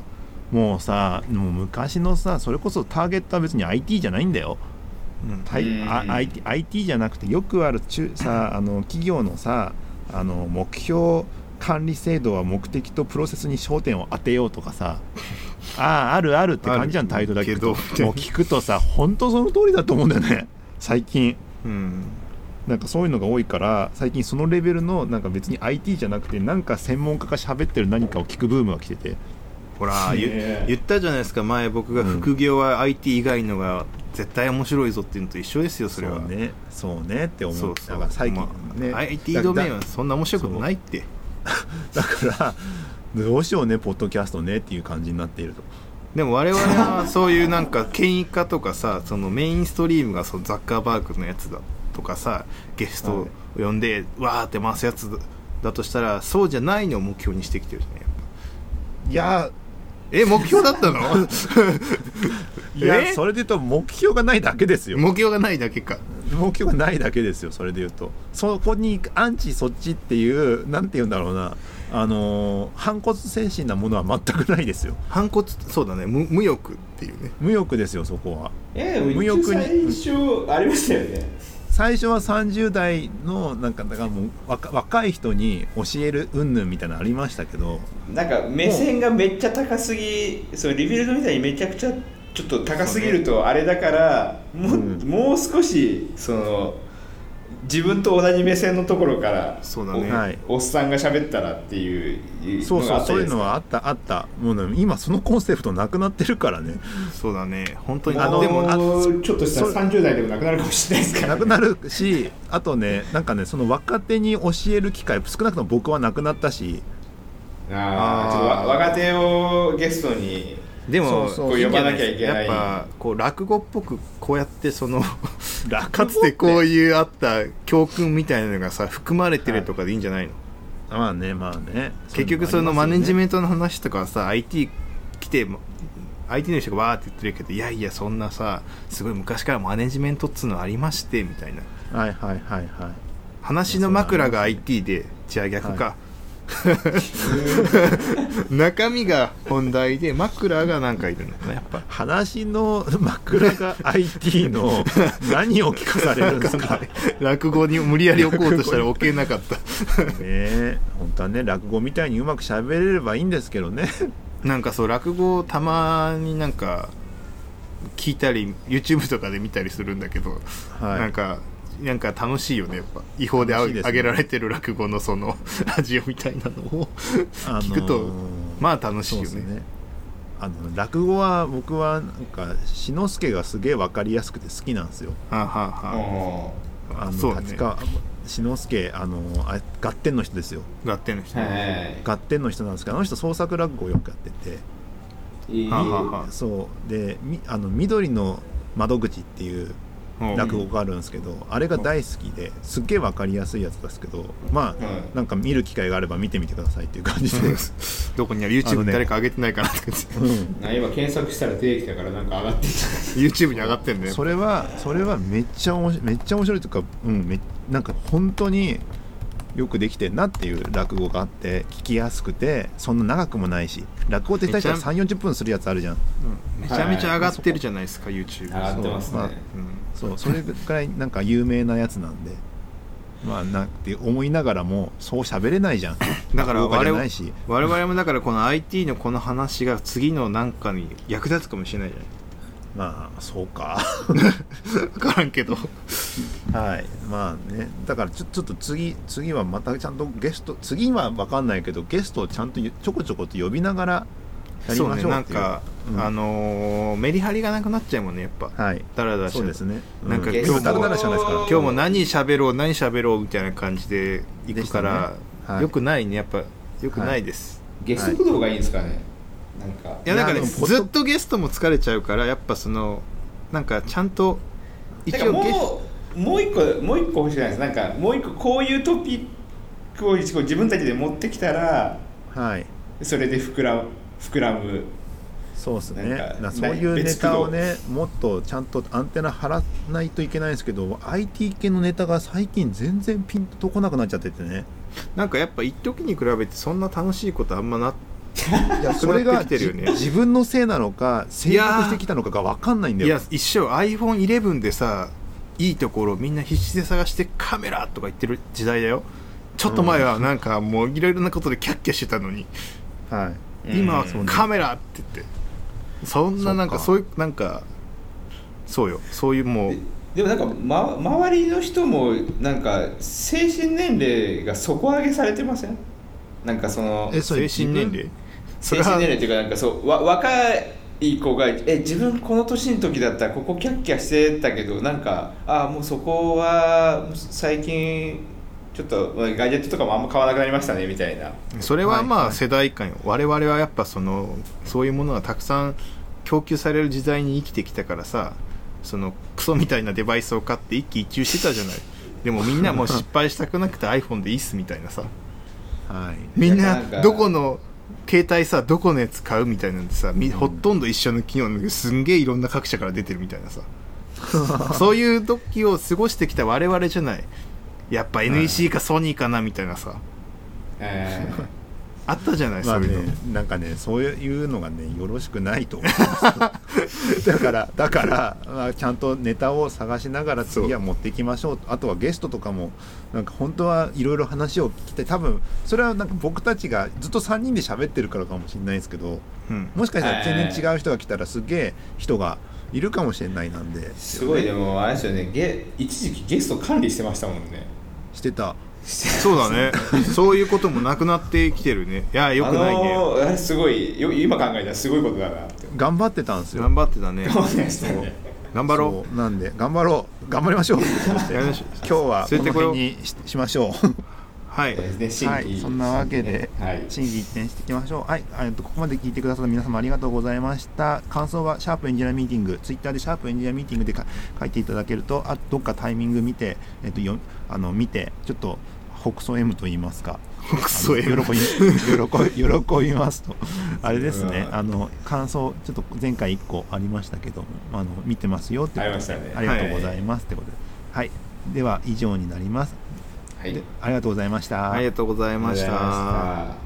Speaker 1: もうさもう昔のさそれこそターゲットは別に IT じゃないんだよ、
Speaker 2: うん
Speaker 1: たい
Speaker 3: うん
Speaker 1: あ IT, IT じゃなくてよくある中さあの企業のさあの目標管理制度は目的とプロセスに焦点を当てようとかさあああるあるって感じじゃん
Speaker 2: ある
Speaker 1: タイトルだけどもう
Speaker 2: けど
Speaker 1: 聞くとさ本当その通りだと思うんだよね最近
Speaker 2: うん
Speaker 1: なんかそういうのが多いから最近そのレベルのなんか別に IT じゃなくてなんか専門家が喋ってる何かを聞くブームが来てて
Speaker 2: ほら言
Speaker 3: ね
Speaker 2: 言ったじゃないですか前僕が
Speaker 1: うん
Speaker 2: 副業は IT 以外のが絶対面白いぞっていうのと一緒ですよそれは
Speaker 1: うねそうねって思う
Speaker 2: そう
Speaker 1: だ
Speaker 2: そ
Speaker 1: から
Speaker 2: う
Speaker 1: 最近
Speaker 2: まあ
Speaker 1: ね、
Speaker 2: IT ドメイン
Speaker 1: だ
Speaker 2: はそんな面白くないって
Speaker 1: だからどうしようねポッドキャストねっていう感じになっていると
Speaker 2: でも我々はそういうなんか権威化とかさそのメインストリームがそのザッカーバーグのやつだとかさゲストを呼んでわーって回すやつだとしたらそうじゃないのを目標にしてきてるじゃないや
Speaker 1: い
Speaker 2: っぱ
Speaker 1: や
Speaker 2: え目標 だったの
Speaker 1: いや
Speaker 2: え
Speaker 1: それで言うと目標がないだけですよ
Speaker 2: 目標がないだけか
Speaker 1: 農協がないだけですよそれで言うとそこにアンチそっちっていうなんて言うんだろうなあのー反骨精神なものは全くないですよ
Speaker 2: 反骨そうだね無無欲っていうね
Speaker 1: 無欲ですよそこは
Speaker 3: えー、
Speaker 1: 無欲に
Speaker 3: 一応最初ありましたよね
Speaker 1: 最初は30代のなんかだからもう若若い人に教える云々みたいなのありましたけど
Speaker 3: なんか目線がめっちゃ高すぎそのリビルドみたいにめちゃくちゃちょっと高すぎるとあれだからも,、う
Speaker 1: うん
Speaker 3: もう少しその自分と同じ目線のところから
Speaker 2: そうだね
Speaker 3: お
Speaker 1: はい
Speaker 3: おっさんが喋ったらっていう
Speaker 1: そう
Speaker 3: の
Speaker 1: そ
Speaker 3: が
Speaker 1: う
Speaker 3: あった
Speaker 1: そうい
Speaker 3: りで
Speaker 1: う
Speaker 3: す
Speaker 1: のはあったあったもうね今そのコンセプトなくなってるから ね
Speaker 2: そうだね本当に
Speaker 1: あの
Speaker 2: でも
Speaker 1: あ
Speaker 3: もうちょっとした
Speaker 1: そ
Speaker 3: ら30代でもなくなるかもしれないですから、
Speaker 1: なくなるしあとねなんかねその若手に教える機会少なくとも僕はなくなったし
Speaker 3: あーちょっとわ若手をゲストに
Speaker 2: でも
Speaker 1: そうそう
Speaker 2: いいんじゃ
Speaker 3: 呼ばなきゃいけない
Speaker 2: やっぱこう落語っぽくこうやって その
Speaker 1: 落
Speaker 2: かつてこういうあった教訓みたいなのがさ含まれてるとかでいいんじゃないの
Speaker 1: まあねまあね
Speaker 2: 結局そのマネジ
Speaker 1: ン
Speaker 2: メントの話とかはさ IT 来ても IT の人がわーって言ってるけどいやいやそんなさすごい昔からマネジメントっつうのありましてみたいな
Speaker 1: トはいはいはいはい
Speaker 2: 話の枕が IT でじゃあ逆か、 中身が本題で枕がなんかいるのかなやっぱ
Speaker 1: 話の枕が IT の何を聞かされるんですかね
Speaker 2: 落語に無理やり置こうとしたら置けなかった
Speaker 1: え本当はね落語みたいにうまく喋れればいいんですけどね
Speaker 2: なんかそう落語をたまになんか聞いたり YouTube とかで見たりするんだけど、
Speaker 1: はい
Speaker 2: なんかなんか楽しいよねやっぱ違法であ
Speaker 1: 楽しいですね
Speaker 2: あげられてる落語のその ラジオみたいなのを
Speaker 1: あのー
Speaker 2: 聞くと、まあ楽しい
Speaker 1: そう
Speaker 2: よ
Speaker 1: です
Speaker 2: ね
Speaker 1: ねあの落語は僕はなんか志の輔がすげえ分かりやすくて好きなんですよ
Speaker 2: はあはあは
Speaker 3: も
Speaker 2: あ
Speaker 1: あ
Speaker 2: そう
Speaker 1: の
Speaker 2: ね
Speaker 1: 立川志の輔あのあ合点の人ですよ
Speaker 2: あ合点の人、
Speaker 3: うはい
Speaker 1: 合点の人なんですけどあの人創作落語をよくやってて
Speaker 3: いい
Speaker 2: はあはあはあ
Speaker 1: そうでみあの緑の窓口っていう
Speaker 2: うん
Speaker 1: 落語があるんですけど、あれが大好きですっげえ分かりやすいやつですけどまあ、
Speaker 3: はい
Speaker 1: なんか見る機会があれば見てみてくださいっていう感じです、
Speaker 2: どこにある
Speaker 1: あの
Speaker 2: YouTube
Speaker 1: ね
Speaker 2: に誰か上げてないかなとか言って
Speaker 3: な今検索したら出てきたからなんか上がってきた
Speaker 2: YouTube に上がってんだよ
Speaker 1: それはそれはめっちゃ面白いめっちゃ面白いというか、うん、めなんか本当によくできてんなっていう落語があって聞きやすくてそんな長くもないし落語って大したら
Speaker 2: めちゃ
Speaker 1: 3 4 0分するやつあるじゃん
Speaker 2: うんめちゃめちゃ上がってるじゃないですか YouTube
Speaker 3: 上がってます
Speaker 1: そ
Speaker 3: ね、
Speaker 1: うま
Speaker 2: うん
Speaker 1: そうそれぐらいなんか有名なやつなんでまあなんて思いながらもそう喋れないじゃん
Speaker 2: だから
Speaker 1: 落語家
Speaker 2: 我
Speaker 1: じゃ
Speaker 2: 々
Speaker 1: ないし
Speaker 2: 我々もだからこの IT のこの話が次のなんかに役立つかもしれないじゃ
Speaker 1: まあそうか
Speaker 2: ない 分からんけど
Speaker 1: はいまあねだからちょちょっと次次はまたちゃんとゲスト次は分かんないけどゲストをちゃんとちょこちょこと呼びながらやり
Speaker 2: そう
Speaker 1: ま
Speaker 2: ね
Speaker 1: しょう
Speaker 2: な
Speaker 1: っ
Speaker 2: ん
Speaker 1: ていう
Speaker 2: か、
Speaker 1: うん
Speaker 2: あのーメリハリがなくなっちゃうもんねやっぱ、
Speaker 1: はい
Speaker 2: ダラダラし
Speaker 1: そ
Speaker 2: て
Speaker 1: う
Speaker 2: る
Speaker 1: ですね、う
Speaker 2: なんか
Speaker 1: 今
Speaker 2: 今日
Speaker 1: 日
Speaker 2: も
Speaker 1: だらだらしゃないですから
Speaker 2: 今日も何喋ろう何喋ろうみたいな感じで
Speaker 1: で
Speaker 2: 行くから、
Speaker 1: したねはい
Speaker 2: よくないねやっぱよくないです、
Speaker 3: ゲスト駆動がいいんですかね、なんか
Speaker 2: い、やだから、
Speaker 1: い
Speaker 2: ね、
Speaker 1: やでもポッド
Speaker 2: ずっとゲストも疲れちゃうからやっぱそのなんかちゃんと
Speaker 3: て
Speaker 2: 一
Speaker 3: か
Speaker 2: 応ゲスト
Speaker 3: もうもう一個もう一個欲しいじゃないですかなんかもう一個こういうトピックを一個自分たちで持ってきたら
Speaker 1: はい
Speaker 3: それで膨らむ膨らむ
Speaker 1: そうですね
Speaker 3: なんか
Speaker 1: なそういうネ
Speaker 3: 別駆
Speaker 1: タ
Speaker 3: 動
Speaker 1: をねもっとちゃんとアンテナ張らないといけないんですけど IT 系のネタが最近全然ピンとこなくなっちゃっててね
Speaker 2: なんかやっぱ一時に比べてそんな楽しいことあんまなっ
Speaker 1: いや
Speaker 2: そ
Speaker 1: そうれ
Speaker 2: なっ
Speaker 1: が
Speaker 2: てきてるよね
Speaker 1: じ自分のせいなのか制約してきたのかが分かんないんだ
Speaker 2: いや
Speaker 1: よ
Speaker 2: 一生 iPhone11 でさいいところをみんな必死で探してカメラとか言ってる時代だよちょっと前はなんかもういろいろなことでキャッキャしてたのに、
Speaker 1: はい
Speaker 2: 今は
Speaker 1: そうね
Speaker 2: カメラって言ってそんななんか
Speaker 1: そ
Speaker 2: そういうなんかそうよそういうもう
Speaker 3: ででもなんか、ま、周りの人もなんか精神年齢が底上げされてませんなんかその
Speaker 1: えそう
Speaker 2: 精神年
Speaker 1: 自
Speaker 2: 齢そ
Speaker 3: 精
Speaker 2: れ
Speaker 3: 神年
Speaker 2: は
Speaker 3: 齢っていうかなんかそうわ若い子がえ自分この年の時だったらここキャッキャしてたけどなんかあもうそこは最近ちょっとまあガジェットとかもあんま買わなくなりましたねみたいな
Speaker 2: それは
Speaker 1: はい
Speaker 2: ま
Speaker 1: は
Speaker 2: あ
Speaker 1: い
Speaker 2: 世代間よ、我々はやっぱそのそういうものがたくさん供給される時代に生きてきたからさそのクソみたいなデバイスを買って一喜一憂してたじゃないでもみんなもう失敗したくなくて iPhone でいいっすみたいなさ
Speaker 1: はい
Speaker 2: みんな
Speaker 3: なんか
Speaker 2: どこの携帯さどこの やつ買うみたいなんでさみほとんど一緒の機能のすんげえいろんな各社から出てるみたいなさそういう時を過ごしてきた我々じゃないやっぱ NEC かソニーかなみたいなさ
Speaker 3: えー
Speaker 2: あったじゃない
Speaker 1: ま
Speaker 2: そ
Speaker 1: あ
Speaker 2: ういうの、
Speaker 1: ね、なんかねそういうのがねよろしくないと思います だからだから、まあ、ちゃんとネタを探しながら次は持っていきましょうあとはゲストとかもなんか本当はいろいろ話を聞きたい多分それはなんか僕たちがずっと3人で喋ってるからかもしれないですけど
Speaker 2: うん
Speaker 1: もしかしたら全然違う人が来たらすげえ人がいるかもしれないなんで、
Speaker 3: すごいでもあれですよねゲ一時期ゲスト管理してましたもんね
Speaker 1: してた
Speaker 2: そうだねそういうこともなくなってきてるねいやよくないね、
Speaker 3: あのーあれすごいよ今考えたらすごいことだなって
Speaker 1: 頑張ってたんですよ
Speaker 2: 頑張ってたね
Speaker 3: 思いましたね
Speaker 2: 頑張ろ
Speaker 1: そうなんで頑張ろう頑張りましょう
Speaker 2: う やりましょう
Speaker 1: 今日はこ
Speaker 2: 連れ
Speaker 1: の
Speaker 2: てこよう
Speaker 1: 辺にししましょう
Speaker 2: はい
Speaker 3: ね新
Speaker 1: は
Speaker 3: 規
Speaker 1: い、そんなわけで、
Speaker 3: はい
Speaker 1: 審議一転していきましょう。はい、えっとここまで聞いてくださった皆様ありがとうございました。感想はシャープエンジニアミーティング、ツイッターでシャープエンジニアミーティングでか書いていただけると、あどっかタイミング見て、えっ、とよあの見てちょっと北総 M と言いますか。
Speaker 2: 北総 M
Speaker 1: あの喜び喜び 喜びますとあれですね。あの感想ちょっと前回一個ありましたけども、あの見てますよってことで
Speaker 3: ありましたね
Speaker 1: ありがとうございますってことで、はい、では以上になります。
Speaker 3: はい
Speaker 1: ありがとうございました。
Speaker 2: ありがとうございました
Speaker 3: ありがとうございました